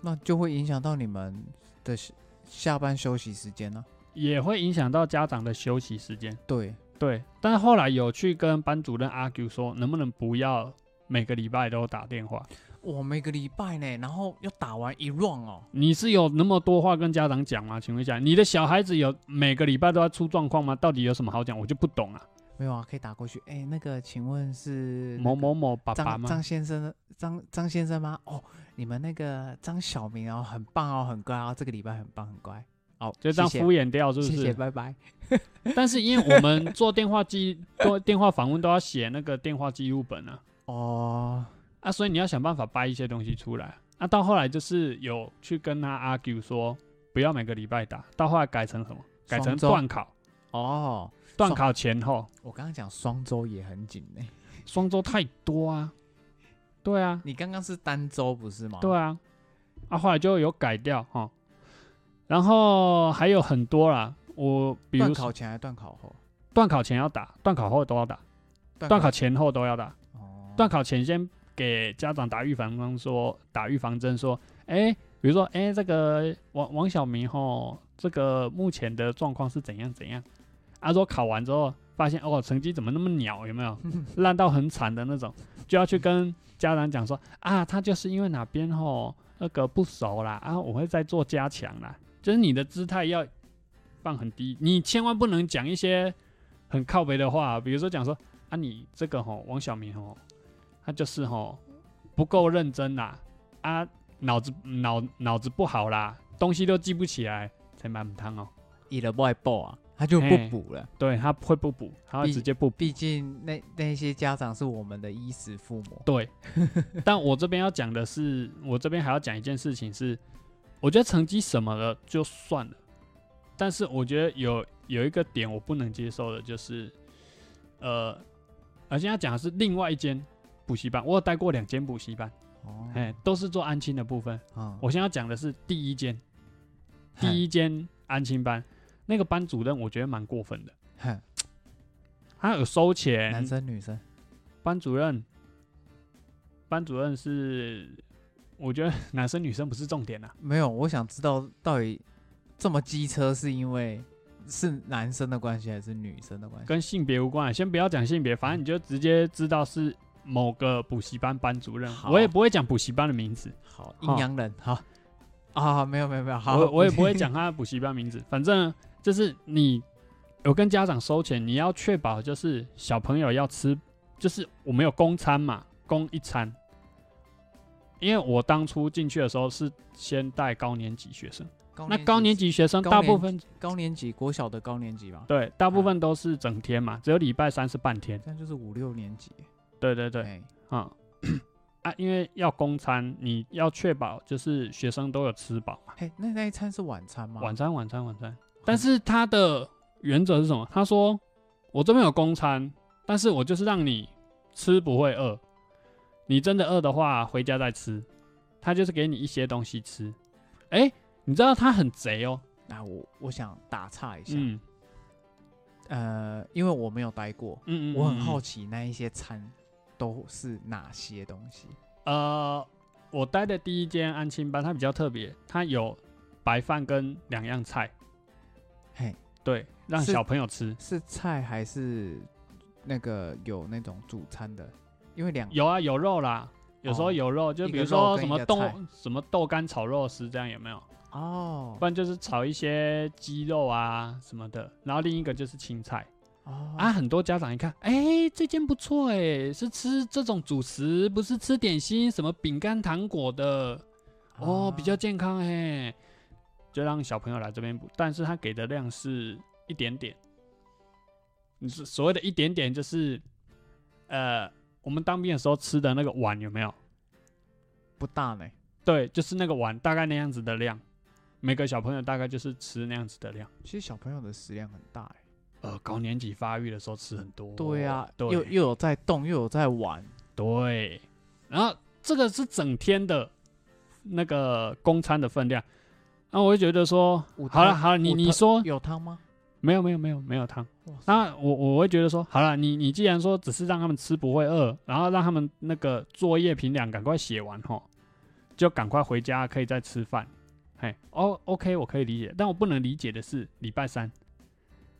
S2: 那就会影响到你们的下下班休息时间呢、啊
S1: 也会影响到家长的休息时间。
S2: 对，
S1: 对，但是后来有去跟班主任 argue 说，能不能不要每个礼拜都打电话？
S2: 我每个礼拜呢，然后要打完一 round 哦，
S1: 你是有那么多话跟家长讲吗？请问一下，你的小孩子有每个礼拜都要出状况吗？到底有什么好讲？我就不懂啊。
S2: 没有啊，可以打过去。哎，那个，请问是那
S1: 某
S2: 个
S1: 某某爸爸
S2: 张
S1: 吗
S2: 张？先生的张张先生吗？哦，你们那个张小明哦，很棒哦，很乖哦，这个礼拜很棒，很乖。哦，
S1: 就这样
S2: 谢
S1: 敷衍掉，是
S2: 谢
S1: 不是？
S2: 谢 谢，拜拜。
S1: 但是因为我们做电话记、做电话访问都要写那个电话记录本啊，
S2: 哦，
S1: 啊，所以你要想办法掰一些东西出来。啊，到后来就是有去跟他 argue 说，不要每个礼拜打，到后来改成什么？改成
S2: 双周
S1: 断考，
S2: 哦，
S1: 断考前后，
S2: 我刚刚讲双周也很紧呢，
S1: 双周太多啊。对啊，
S2: 你刚刚是单周不是吗？
S1: 对啊，啊，后来就有改掉哈。然后还有很多啦，我比
S2: 断
S1: 如说
S2: 考前还是断考后？
S1: 断考前要打，断考后都要打，断考前后都要打。
S2: 哦，
S1: 断考前先给家长打预防针，说打预防针，说，哎、比如说，哎、这个王王小明吼，这个目前的状况是怎样怎样？啊，说考完之后发现哦，成绩怎么那么鸟，有没有烂到很惨的那种，就要去跟家长讲说啊，他就是因为哪边吼那个不熟啦，啊，我会再做加强啦，就是你的姿态要放很低，你千万不能讲一些很靠北的话，比如说讲说啊，你这个吼王小明吼，他就是吼不够认真啦，啊，脑子脑脑子不好啦，东西都记不起来，才满母汤哦。
S2: 你的外报啊，他就
S1: 哎
S2: 不补了。
S1: 对，他会不补，他会
S2: 毕
S1: 直接不补。
S2: 毕竟那那些家长是我们的衣食父母。
S1: 对， 但我这边要讲的是，我这边还要讲一件事情是，我觉得成绩什么的就算了，但是我觉得有有一个点我不能接受的就是，呃，而现在讲的是另外一间补习班，我有待过两间补习班，
S2: 哦，
S1: 哎、都是做安亲的部分。
S2: 嗯，
S1: 我现在要讲的是第一间，第一间安亲班，那个班主任我觉得蛮过分的，
S2: 哼，哼
S1: 他有收钱，
S2: 男生女生
S1: 班主任，班主任是，我觉得 男生女生不是重点啊。
S2: 没有，我想知道到底这么机车是因为是男生的关系还是女生的关系？
S1: 跟性别无关啊，先不要讲性别，反正你就直接知道是某个补习班班主任，
S2: 好
S1: 我也不会讲补习班的名字，
S2: 好，阴阳人，好啊，没有没有没有，好，
S1: 我我也不 会讲他的补习班名字，反正就是你有跟家长收钱，你要确保就是小朋友要吃，就是我们有公餐嘛，公一餐。因为我当初进去的时候是先带高年级学生，那高年级学生
S2: 高
S1: 大部
S2: 年
S1: 分
S2: 高年级国小的高年级吧，
S1: 对大部
S2: 啊
S1: 分都是整天嘛，只有礼拜三是半天。
S2: 这样就是五六年级，
S1: 对对对，
S2: 哎，
S1: 啊、 啊，因为要供餐，你要确保就是学生都有吃饱嘛。
S2: 嘿，那那一餐是晚餐吗？
S1: 晚餐，晚餐，晚 餐。但是他的原则是什么？他说我这边有供餐，但是我就是让你吃不会饿，你真的饿的话回家再吃。他就是给你一些东西吃。哎、你知道他很贼哦。
S2: 那我我想打岔一下，
S1: 嗯
S2: 呃，因为我没有待过，
S1: 嗯嗯，
S2: 我很好
S1: 奇。
S2: 奇那一些餐都是哪些东西。
S1: 呃，我待的第一间安亲班，它比较特别，它有白饭跟两样菜。
S2: 嘿，
S1: 对，让
S2: 是
S1: 小朋友吃。
S2: 是菜还是那个有那种主餐的？因为两
S1: 有啊，有肉啦，有时候
S2: 哦
S1: 有肉，就
S2: 一
S1: 比
S2: 个
S1: 如
S2: 肉
S1: 说
S2: 跟
S1: 什
S2: 一
S1: 么
S2: 个
S1: 豆
S2: 菜
S1: 什么豆干炒肉丝这样有没有？
S2: 哦
S1: 不然就是炒一些鸡肉啊什么的，然后另一个就是青菜
S2: 哦
S1: 啊。很多家长一看，哎、这间不错哎、是吃这种主食，不是吃点心什么饼干糖果的哦，比较
S2: 啊
S1: 健康哎、就让小朋友来这边补，但是他给的量是一点点。你是所谓的一点点，就是呃，我们当兵的时候吃的那个碗有没有？
S2: 不大呢。
S1: 对，就是那个碗，大概那样子的量，每个小朋友大概就是吃那样子的量。
S2: 其实小朋友的食量很大哎、
S1: 呃，高年级发育的时候吃很多。
S2: 对啊，
S1: 对
S2: 又又有在动，又有在玩，
S1: 对，然后这个是整天的那个公餐的分量。那、我就觉得说
S2: 五，
S1: 好了
S2: 汤
S1: 好了，你
S2: 五
S1: 你
S2: 汤
S1: 说
S2: 有汤吗？
S1: 没有没有没有没有汤
S2: 哇塞，
S1: 那我我会觉得说，好了，你你既然说只是让他们吃不会饿，然后让他们那个作业评量赶快写完吼，就赶快回家可以再吃饭。嘿，哦，OK，我可以理解，但我不能理解的是礼拜三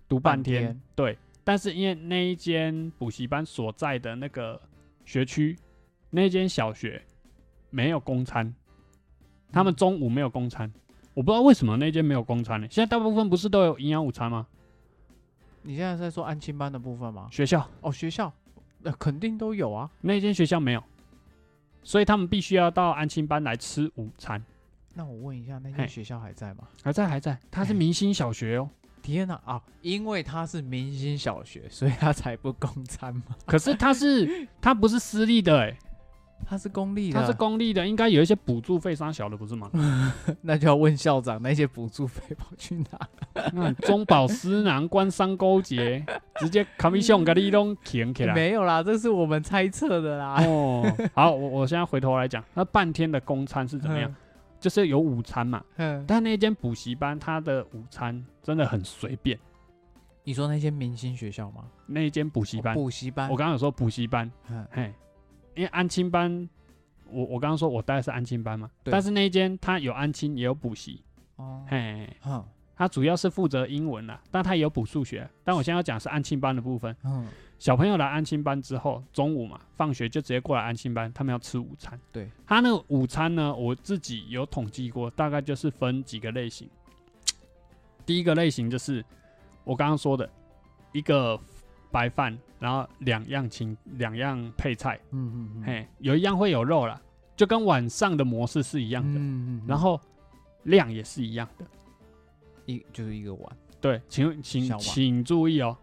S1: 读半
S2: 半
S1: 天，
S2: 天
S1: 对，但是因为那一间补习班所在的那个学区，那间小学没有公餐，他们中午没有公餐。我不知道为什么那间没有公餐呢、现在大部分不是都有营养午餐吗？
S2: 你现在是在说安亲班的部分吗？
S1: 学校
S2: 哦，学校，呃，肯定都有啊。
S1: 那间学校没有，所以他们必须要到安亲班来吃午餐。
S2: 那我问一下，那
S1: 嘿
S2: 间学校还在吗？
S1: 还在还在，它是明星小学哦，
S2: 天哪啊！因为它是明星小学，所以它才不公餐嘛。
S1: 可是它是它不是私立的哎、
S2: 它是公立的，啊
S1: 它是公立的，应该有一些补助费啥小的不是吗？
S2: 那就要问校长那些补助费跑去哪？
S1: 那中饱私囊、官商勾结，直接 commission 给你拢填起来。
S2: 没有啦，这是我们猜测的啦。
S1: 哦，好，我我现在回头来讲，那半天的公餐是怎么样？就是有午餐嘛，
S2: 嗯？嗯
S1: 但那间补习班它的午餐真的很随便。
S2: 你说那些明星学校吗？
S1: 那一间补习班
S2: 哦，补习班
S1: 我。刚刚有说补习班，
S2: 嗯
S1: 嘿，因为安亲班，我我刚刚说我待的是安亲班嘛，
S2: 对
S1: 但是那一间它有安亲也有补习，
S2: 哦，
S1: 嘿，
S2: 嗯
S1: 它主要是负责英文啦，但它也有补数学。啊但我现在要讲是安亲班的部分，
S2: 嗯，
S1: 小朋友来安亲班之后，中午嘛，放学就直接过来安亲班，他们要吃午餐。
S2: 对，
S1: 他那个午餐呢，我自己有统计过，大概就是分几个类型。第一个类型就是我刚刚说的一个白饭，然后两样青两样配菜，
S2: 嗯嗯嗯，
S1: 嘿，有一样会有肉啦，就跟晚上的模式是一样的，
S2: 嗯嗯嗯
S1: 然后量也是一样的。
S2: 一就是一个碗，
S1: 对，请
S2: 小
S1: 请
S2: 碗
S1: 请注意哦，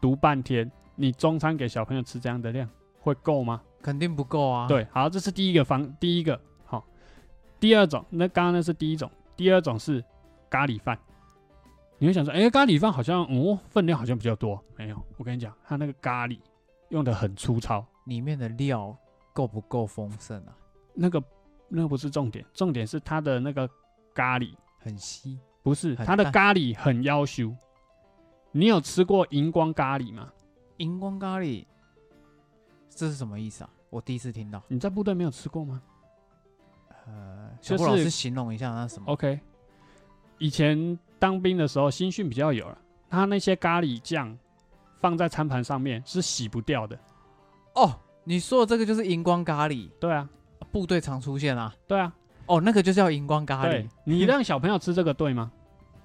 S1: 读半天，你中餐给小朋友吃这样的量会够吗？
S2: 肯定不够啊。，
S1: 对，好，这是第一个方，第一个好、第二种，那刚刚那是第一种，第二种是咖喱饭。你会想说，哎、咖喱饭好像，哦，分量好像比较多。没有，我跟你讲，它那个咖喱用的很粗糙，
S2: 里面的料够不够丰盛啊？
S1: 那个那个不是重点，重点是它的那个咖喱，
S2: 很稀，
S1: 不是
S2: 很
S1: 它的
S2: 淡
S1: 咖喱很要求。你有吃过荧光咖喱吗？
S2: 荧光咖喱，这是什么意思啊？我第一次听到。
S1: 你在部队没有吃过吗？
S2: 呃，
S1: 就
S2: 小布老
S1: 是
S2: 师形容一下那是什么？
S1: OK，以前当兵的时候，新训比较有了，他那些咖喱酱放在餐盘上面是洗不掉的，
S2: 哦，你说的这个就是荧光咖喱，
S1: 对啊，
S2: 部队常出现啊。
S1: 对啊，
S2: 哦，那个就叫荧光咖喱
S1: 对。，你让小朋友吃这个对吗？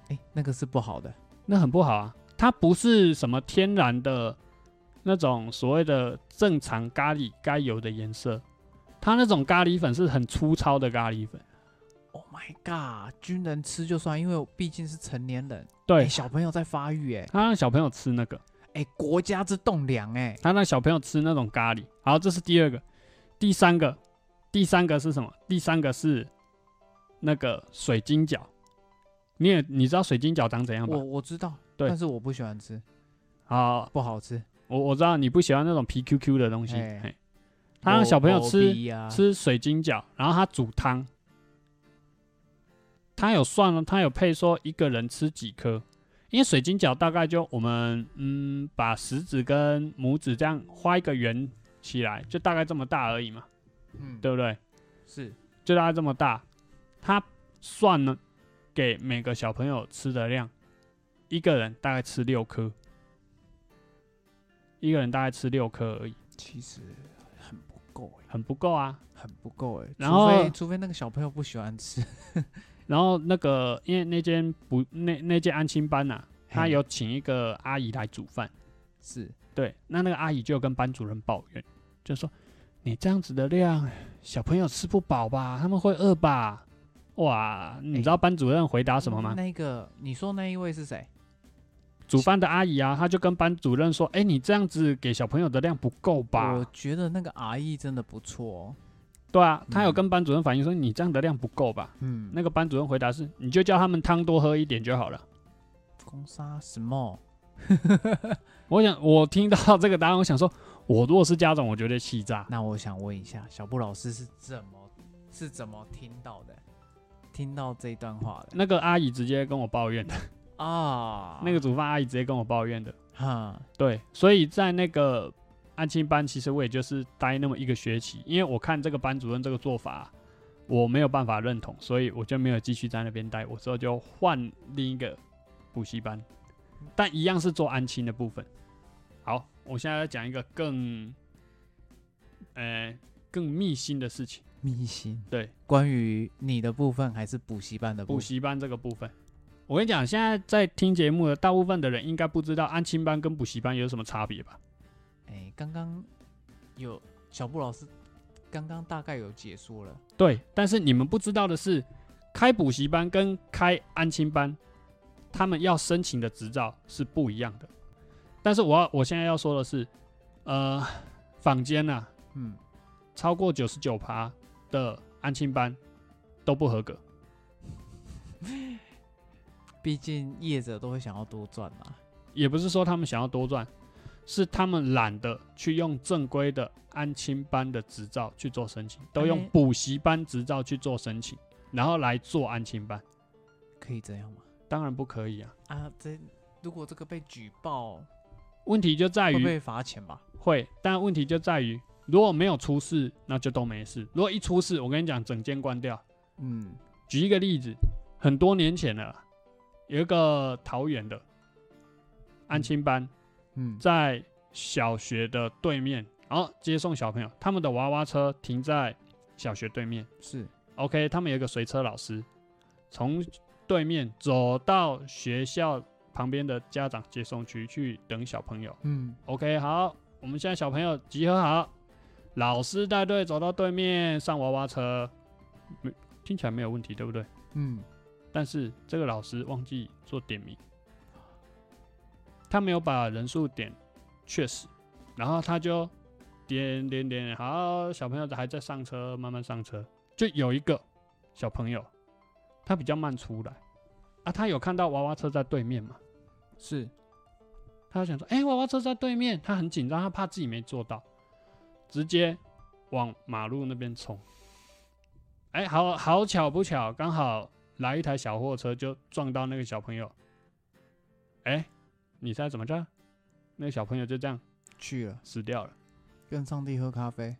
S2: 哎，那个是不好的。
S1: 那很不好啊，它不是什么天然的那种所谓的正常咖喱该有的颜色，它那种咖喱粉是很粗糙的咖喱粉，
S2: Oh my god！军人吃就算，因为我毕竟是成年人，
S1: 对
S2: 诶，小朋友在发育，哎
S1: 他让小朋友吃那个，
S2: 哎，诶国家之栋梁，哎，
S1: 他让小朋友吃那种咖喱。好，这是第二个，第三个，第三个是什么？第三个是那个水晶饺。你也你知道水晶饺长怎样吧
S2: 我？我知道，
S1: 对
S2: 但是我不喜欢吃，
S1: 好，
S2: 不好吃。
S1: 我我知道你不喜欢那种皮 Q Q 的东西。
S2: 哎
S1: 嘿他让小朋友吃
S2: 啊、
S1: 吃水晶饺，然后他煮汤，他有算哦了，他有配说一个人吃几颗，因为水晶饺大概就我们嗯把食指跟拇指这样画一个圆起来，就大概这么大而已嘛，
S2: 嗯，
S1: 对不对？
S2: 是
S1: 就大概这么大，他算了给每个小朋友吃的量，一个人大概吃六颗，一个人大概吃六颗而已，
S2: 其实很不够哎，
S1: 很不够啊。
S2: 很不够哎。
S1: 然
S2: 除非
S1: 后
S2: 除非那个小朋友不喜欢吃，
S1: 然后那个因为那间不那那间安亲班呐、啊他
S2: 嘿
S1: 有请一个阿姨来煮饭，
S2: 是
S1: 对，那那个阿姨就跟班主任抱怨，就说你这样子的量，小朋友吃不饱吧，他们会饿吧？哇，你知道班主任回答什么吗？
S2: 那个你说那一位是谁？
S1: 煮饭的阿姨啊，她就跟班主任说，哎、你这样子给小朋友的量不够
S2: 我
S1: 吧？
S2: 觉得那个阿姨真的不错哦。
S1: 对啊，她有
S2: 嗯
S1: 跟班主任反映说，你这样的量不够吧？
S2: 嗯，
S1: 那个班主任回答是，你就叫他们汤多喝一点就好了。
S2: 公杀什么？
S1: 我想，我听到这个答案，我想说，我如果是家长，我绝对气炸。
S2: 那我想问一下，小布老师是怎么是怎么听到的？听到这一段话的
S1: 那个阿姨直接跟我抱怨的，
S2: 啊？
S1: 那个煮饭阿姨直接跟我抱怨的。
S2: 哈，
S1: 对，所以在那个安亲班，其实我也就是待那么一个学期，因为我看这个班主任这个做法，我没有办法认同，所以我就没有继续在那边待，我之后就换另一个补习班，但一样是做安亲的部分。好，我现在要讲一个更，呃，更密心的事情，
S2: 密信
S1: 对。
S2: 关于你的部分还是补习班的部
S1: 补
S2: 分？
S1: 习班这个部分。我跟你讲，现在在听节目的大部分的人应该不知道安亲班跟补习班有什么差别吧？
S2: 哎，刚刚有小布老师刚刚大概有解说了，
S1: 对，但是你们不知道的是，开补习班跟开安亲班，他们要申请的执照是不一样的。但是我要我现在要说的是，呃，坊间呐、啊，
S2: 嗯，
S1: 超过九十九趴的安亲班都不合格。
S2: 毕竟业者都会想要多赚嘛。
S1: 也不是说他们想要多赚，是他们懒得去用正规的安亲班的执照去做申请，都用
S2: 哎
S1: 补习班执照去做申请，然后来做安亲班，
S2: 可以这样吗？
S1: 当然不可以啊。
S2: 啊，这如果这个被举报，
S1: 问题就在
S2: 会
S1: 于
S2: 不会罚钱吧？
S1: 会，但问题就在于如果没有出事，那就都没事；如果一出事，我跟你讲，整间关掉。
S2: 嗯，
S1: 举一个例子，很多年前了啦，有一个桃园的安亲班，
S2: 嗯，
S1: 在小学的对面，然后接送小朋友，他们的娃娃车停在小学对面。
S2: 是
S1: OK，他们有一个随车老师，从对面走到学校旁边的家长接送区去等小朋友。
S2: 嗯
S1: OK，好，我们现在小朋友集合好，老师带队走到对面上娃娃车，没听起来没有问题，对不对？
S2: 嗯，
S1: 但是这个老师忘记做点名，他没有把人数点确实，然后他就点点点，好，小朋友还在上车，慢慢上车，就有一个小朋友，他比较慢出来，啊，他有看到娃娃车在对面嘛，
S2: 是
S1: 他就想说，哎、娃娃车在对面，他很紧张，他怕自己没做到，直接往马路那边冲。哎、好好巧不巧，刚好来一台小货车就撞到那个小朋友。哎、你猜怎么着？那个小朋友就这样
S2: 去了，
S1: 死掉了。
S2: 跟上帝喝咖啡。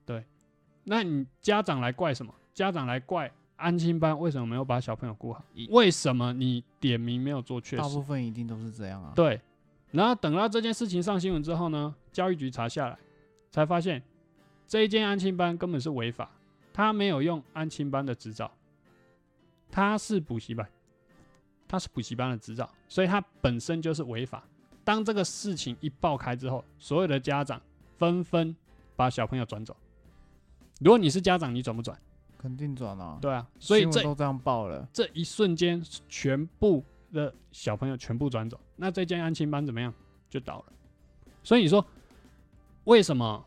S1: 那你家长来怪什么？家长来怪安心班为什么没有把小朋友顾好
S2: 一？
S1: 为什么你点名没有做确
S2: 大
S1: 实
S2: 部？分一定都是这样啊。
S1: 对，然后等到这件事情上新闻之后呢，教育局查下来，才发现这一间安亲班根本是违法，他没有用安亲班的执照，他是补习班，他是补习班的执照，所以他本身就是违法。当这个事情一爆开之后，所有的家长纷纷把小朋友转走。如果你是家长，你转不转？
S2: 肯定转啊。
S1: 对啊，所以
S2: 新闻
S1: 这
S2: 都这样报了，
S1: 这一瞬间，全部的小朋友全部转走，那这间安亲班怎么样？就倒了。所以你说，为什么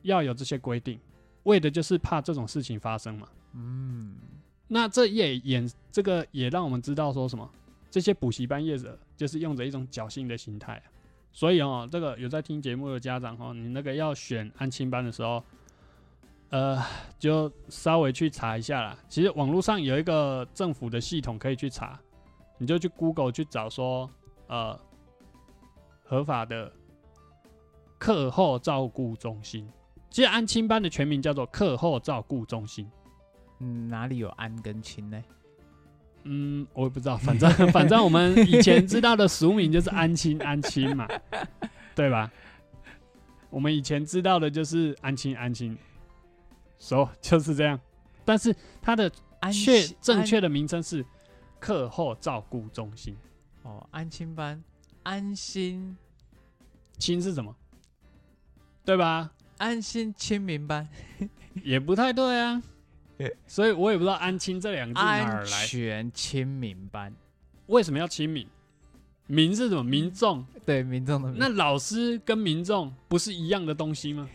S1: 要有这些规定？为的就是怕这种事情发生嘛。
S2: 嗯，
S1: 那这也演这个也让我们知道说什么，这些补习班业者就是用着一种侥幸的心态、啊。所以哦，这个有在听节目的家长哦，你那个要选安亲班的时候，呃，就稍微去查一下啦。其实网络上有一个政府的系统可以去查，你就去 Google 去找说，呃，合法的课后照顾中心。其实安亲班的全名叫做课后照顾中心。
S2: 嗯，哪里有安跟亲呢？
S1: 嗯，我也不知道，反正反正我们以前知道的俗名就是安亲安亲嘛，对吧？我们以前知道的就是安亲安亲，so, 就是这样。但是它的
S2: 安
S1: 确
S2: 亲
S1: 正
S2: 安
S1: 确的名称是课后照顾中心，
S2: 哦，安亲班，安心
S1: 亲是什么？对吧？
S2: 安心亲民班，
S1: 也不太对啊，所以我也不知道安亲这两个字哪
S2: 安
S1: 儿来，
S2: 全亲民班，
S1: 为什么要亲民？民是什么？民众
S2: 对民众的民
S1: 那老师跟民众不是一样的东西吗？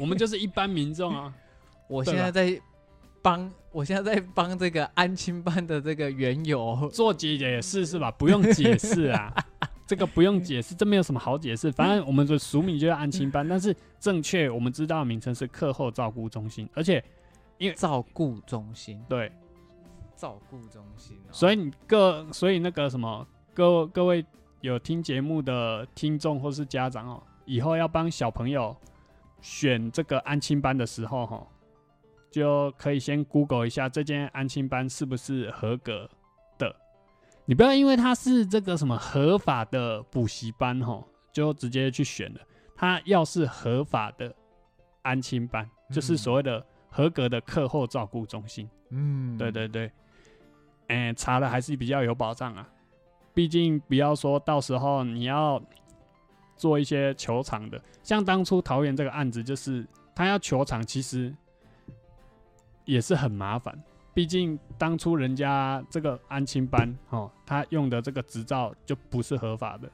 S1: 我们就是一般民众啊。
S2: 我
S1: 对
S2: 现
S1: 吧
S2: 在在帮，我现在在帮这个安亲班的这个缘由，
S1: 做解解释是吧？不用解释啊，这个不用解释，这没有什么好解释。反正我们的俗名就叫安亲班，但是正确我们知道的名称是课后照顾中心，而且
S2: 照顾中心，
S1: 对，
S2: 照顾中心、哦，
S1: 所
S2: 以
S1: 以你各所以那个什么各各位有听节目的听众或是家长哦，以后要帮小朋友选这个安亲班的时候哈、哦，就可以先 Google 一下这间安亲班是不是合格的。你不要因为它是这个什么合法的补习班哈、哦，就直接去选了。它要是合法的安亲班，就是
S2: 嗯
S1: 所谓的合格的课后照顾中心。
S2: 嗯，
S1: 对对对，哎、查了还是比较有保障啊。毕竟不要说到时候你要做一些球场的，像当初桃园这个案子，就是他要球场，其实也是很麻烦。毕竟当初人家这个安亲班哦，他用的这个执照就不是合法的，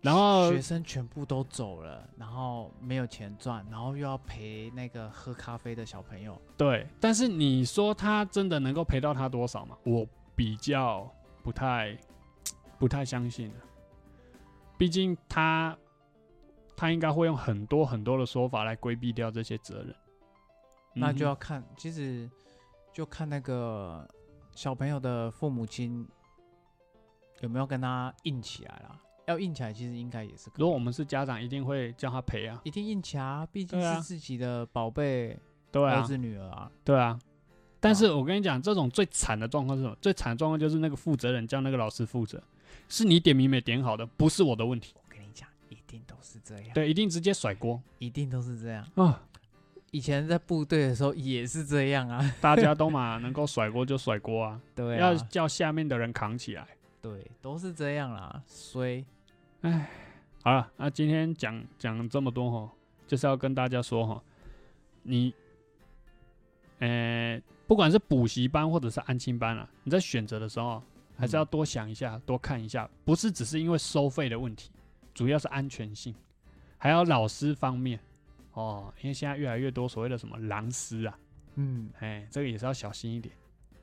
S1: 然后
S2: 学生全部都走了，然后没有钱赚，然后又要陪那个喝咖啡的小朋友，
S1: 对，但是你说他真的能够赔到他多少吗？我比较不太不太相信啊毕竟他他应该会用很多很多的说法来规避掉这些责任。
S2: 那
S1: 嗯
S2: 就要看，其实就看那个小朋友的父母亲有没有跟他硬起来啦。要硬起来，其实应该也是可以
S1: 如果我们是家长，一定会叫他赔啊。
S2: 一定硬起来啊，毕竟
S1: 对啊
S2: 是自己的宝贝、
S1: 对
S2: 儿
S1: 啊，
S2: 子女儿啊。
S1: 对啊。但是我跟你讲，这种最惨的状况是什么？最惨的状况就是那个负责人叫那个老师负责，是你点名没点好的，不是我的问题。
S2: 我跟你讲，一定都是这样，
S1: 对，一定直接甩锅
S2: 一定都是这样。
S1: 啊！
S2: 以前在部队的时候也是这样啊。
S1: 大家都嘛能够甩锅就甩锅啊，
S2: 对啊
S1: 要，叫下面的人扛起来。
S2: 对，都是这样啦。衰，
S1: 好了，那今天讲讲这么多哈，就是要跟大家说哈，你，呃，不管是补习班或者是安亲班啊，你在选择的时候还
S2: 嗯
S1: 是要多想一下，多看一下，不是只是因为收费的问题，主要是安全性，还有老师方面哦，因为现在越来越多所谓的什么狼师啊，
S2: 嗯，
S1: 哎，这个也是要小心一点，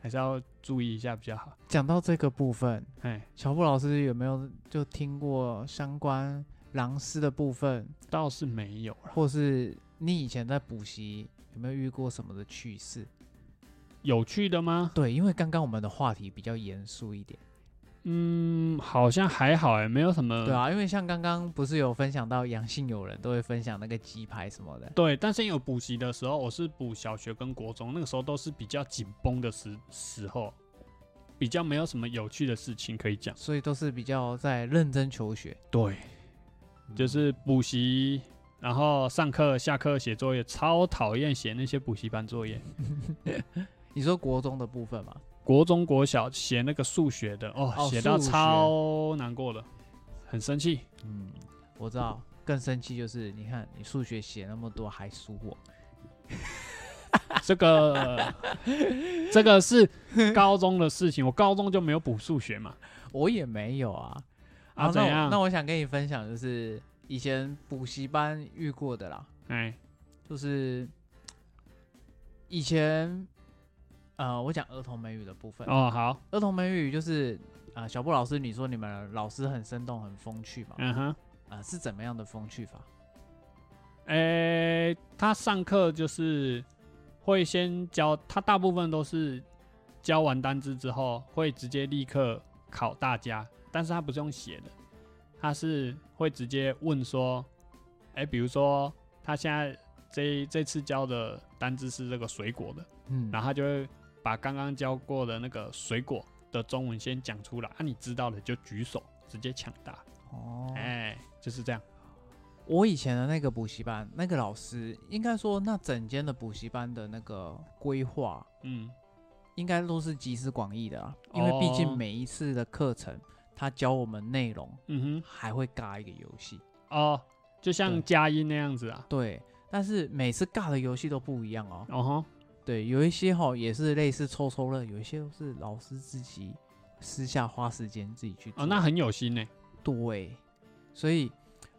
S1: 还是要注意一下比较好，
S2: 讲到这个部分，
S1: 哎。
S2: 小布老师有没有就听过相关狼师的部分，
S1: 倒是没有啊啦，
S2: 或是你以前在补习有没有遇过什么的趣事？
S1: 有趣的吗？
S2: 对，因为刚刚我们的话题比较严肃一点，
S1: 嗯，好像还好哎、没有什么。
S2: 对啊，因为像刚刚不是有分享到阳性友人都会分享那个鸡排什么的，
S1: 对但是因为我补习的时候，我是补小学跟国中，那个时候都是比较紧绷的时时候，比较没有什么有趣的事情可以讲。
S2: 嗯所以都是比较在认真求学，
S1: 对，就是补习然后上课、下课写作业，超讨厌写那些补习班作业。
S2: 你说国中的部分嘛，
S1: 国中、国小写那个数学的，哦，
S2: 哦
S1: 写到
S2: 数学
S1: 超难过的，很生气。
S2: 嗯，我知道。更生气就是，你看你数学写那么多还输我，
S1: 这个这个是高中的事情，我高中就没有补数学嘛。
S2: 我也没有啊。
S1: 啊，
S2: 好
S1: 怎
S2: 那
S1: 样
S2: 我那？我想跟你分享，就是以前补习班遇过的啦，
S1: 哎，
S2: 就是以前，呃，我讲儿童美语的部分。
S1: 哦，好，
S2: 儿童美语就是，啊、小布老师，你说你们老师很生动、很风趣嘛？啊、
S1: 嗯哼，
S2: 是怎么样的风趣法？
S1: 哎，他上课就是会先教，他大部分都是教完单字之后，会直接立刻考大家，但是他不是用写的，他是会直接问说，哎，比如说他现在这这次教的单字是这个水果的。
S2: 嗯
S1: 然后他就会把刚刚教过的那个水果的中文先讲出来，啊，你知道的就举手，直接抢答，
S2: 哦，
S1: 哎、就是这样。
S2: 我以前的那个补习班，那个老师应该说，那整间的补习班的那个规划，
S1: 嗯，
S2: 应该都是集思广益的啊，因为毕
S1: 哦
S2: 竟每一次的课程，他教我们内容，
S1: 嗯
S2: 还会尬一个游戏。
S1: 哼，哦，就像
S2: 对
S1: 佳音那样子啊。
S2: 对，但是每次尬的游戏都不一样哦。
S1: 哦吼，
S2: 对，有一些哈也是类似抽抽乐，有一些都是老师自己私下花时间自己去做。
S1: 哦，那很有心呢、
S2: 对，所以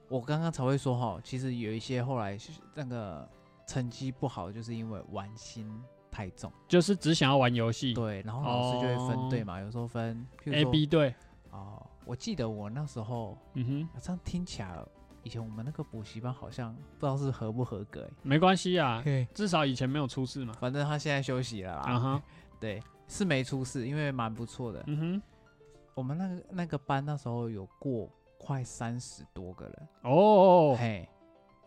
S2: 我刚刚才会说哈，其实有一些后来是那个成绩不好，就是因为玩心太重。
S1: 就是只想要玩游戏。
S2: 对，然后老师就会
S1: 哦
S2: 分队嘛，有时候分，譬如
S1: ，A
S2: 说
S1: B 队，
S2: 哦，我记得我那时候
S1: 嗯哼，
S2: 啊这样听起来，以前我们那个补习班好像不知道是合不合格欸
S1: 没关系啊，
S2: 嘿，
S1: 至少以前没有出事嘛。
S2: 反正他现在休息了啦。
S1: 啊哈，
S2: 对，是没出事，因为蛮不错的。
S1: 嗯哼，
S2: 我们那个那个班那时候有过快三十多个人，
S1: 哦，
S2: 嘿，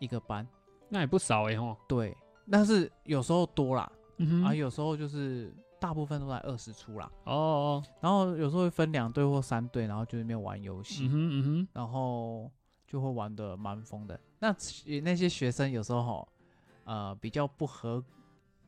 S2: 一个班。
S1: 那也不少哎、吼。
S2: 对，但是有时候多啦，
S1: 嗯哼，
S2: 啊，有时候就是大部分都在二十出啦。
S1: 哦哦，
S2: 然后有时候会分两队或三队，然后就在那边玩游
S1: 嗯
S2: 戏，
S1: 哼嗯哼，
S2: 然后就会玩的蛮疯的。那其那些学生有时候吼呃比较不合，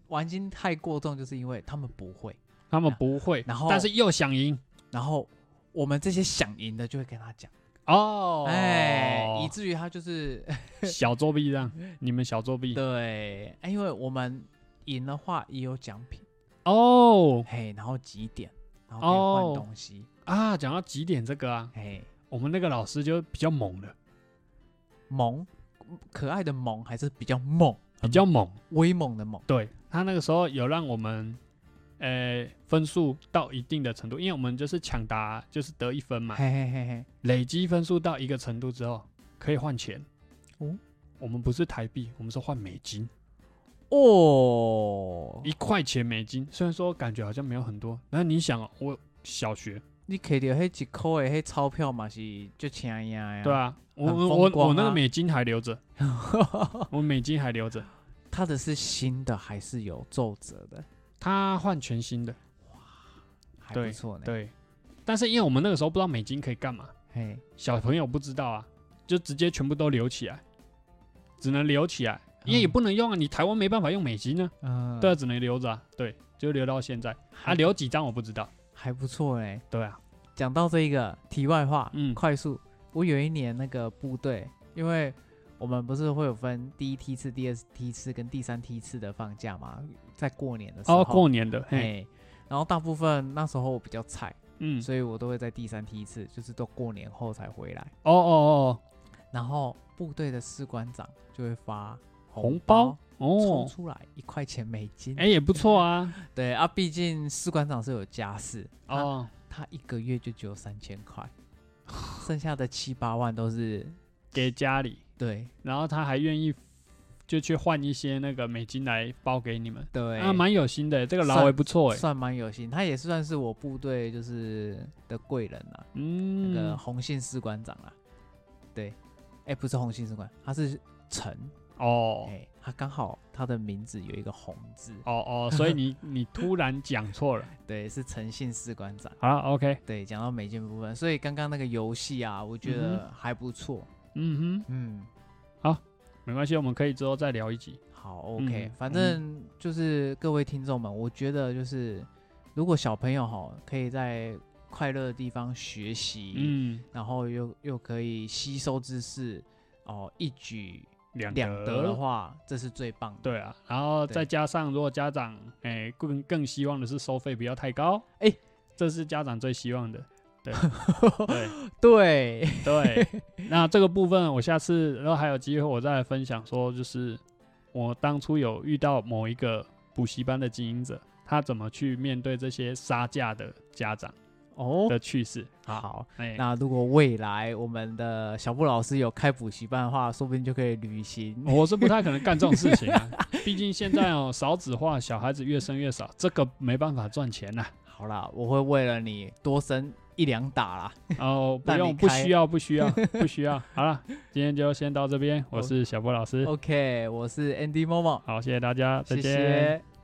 S2: 玩心太过重，就是因为他们不会。
S1: 他们不会，
S2: 啊然后
S1: 但是又想赢。
S2: 然后我们这些想赢的就会跟他讲，
S1: 哦，
S2: 哎、以至于他就是
S1: 小作弊这样，你们小作弊
S2: 对，哎因为我们赢的话也有奖品，
S1: 哦
S2: 嘿，然后几点，然后可以
S1: 哦
S2: 换东西，
S1: 啊！讲到几点这个啊，
S2: 嘿，
S1: 我们那个老师就比较猛了，
S2: 萌，可爱的萌还是比较猛，
S1: 比较猛。
S2: 威猛的猛，
S1: 对他那个时候有让我们，呃，分数到一定的程度，因为我们就是抢答就是得一分嘛，
S2: 嘿嘿嘿嘿，
S1: 累积分数到一个程度之后可以换钱。
S2: 哦，
S1: 我们不是台币，我们是换美金，
S2: 哦，
S1: 一块钱美金。虽然说感觉好像没有很多，但是你想、哦，我小学
S2: 你摕到迄一块的迄钞票嘛是就轻呀哎呀，
S1: 对，啊，我
S2: 很风
S1: 我我
S2: 光
S1: 我那个
S2: 啊
S1: 美金还留 着，我美金还留着，
S2: 他的是新的还是有皱褶的，
S1: 他换全新的。
S2: 还
S1: 对
S2: 不错呢，，
S1: 对，但是因为我们那个时候不知道美金可以干嘛，
S2: 嘿，
S1: 小朋友不知道啊，就直接全部都留起来，只能留起来，因为也不能用啊，你台湾没办法用美金呢、
S2: 嗯，
S1: 对啊，只能留着啊，对，就留到现在啊，
S2: 还
S1: 留几张我不知道，
S2: 还不错哎。
S1: 对啊，
S2: 讲到这一个题外话，
S1: 嗯
S2: 快速，我有一年那个部队，因为我们不是会有分第一梯次、第二梯次跟第三梯次的放假嘛，在过年的时候，
S1: 哦，过年的，嘿，
S2: 哎，然后大部分那时候我比较菜，
S1: 嗯，
S2: 所以我都会在第三梯次，就是都过年后才回来，
S1: 哦哦
S2: 然后部队的士官长就会发
S1: 哦，
S2: 红
S1: 红包，
S2: 抽
S1: 哦，
S2: 出来一块钱美金，
S1: 哎、也不错啊，
S2: 对啊，毕竟士官长是有家室，他
S1: 哦，
S2: 他一个月就只有三千块，剩下的七八万都是
S1: 给家里，
S2: 对
S1: 然后他还愿意就去换一些那个美金来包给你们，
S2: 对，
S1: 啊，蛮有心的，这个老也不错哎，
S2: 算蛮有心，他也算是我部队就是的贵人啦、
S1: 嗯，
S2: 那个红信士官长啦、对，哎、不是红信士官，他是陈，哎、
S1: 哦
S2: 他刚好他的名字有一个红字，
S1: 哦哦，所以你 你突然讲错了。
S2: 对，是陈信士官长。
S1: 好了，OK，
S2: 对，讲到美金部分，所以刚刚那个游戏啊，我觉
S1: 嗯
S2: 得还不错，
S1: 嗯哼，
S2: 嗯，
S1: 好，没关系，我们可以之后再聊一集。
S2: 好，OK，、
S1: 嗯
S2: 反正就是各位听众们，我觉得就是如果小朋友哈可以在快乐的地方学习，
S1: 嗯，
S2: 然后又又可以吸收知识，哦，一举
S1: 两
S2: 两得的话，这是最棒的。，
S1: 对啊，然后
S2: 对
S1: 再加上，如果家长哎、更更希望的是收费不要太高，
S2: 哎
S1: 这是家长最希望 的。对对
S2: 对，
S1: 对，那这个部分我下次然后还有机会我再来分享，说就是我当初有遇到某一个补习班的经营者，他怎么去面对这些杀价的家长
S2: 哦，
S1: 的趣事。
S2: 好。
S1: 哎、
S2: 那如果未来我们的小布老师有开补习班的话，说不定就可以旅行。
S1: 哦我是不太可能干这种事情啊，毕竟现在哦少子化，小孩子越生越少，这个没办法赚钱呐、
S2: 好啦，我会为了你多生一两打啦。
S1: 哦，不
S2: 让
S1: 用，
S2: 你
S1: 不
S2: 开
S1: 需要，不需要，不需要。好了，今天就先到这边。我
S2: 哦
S1: 是小波老师，
S2: OK，我是 Andy Momo，
S1: 好，谢谢大家，再
S2: 谢
S1: 见。
S2: 谢。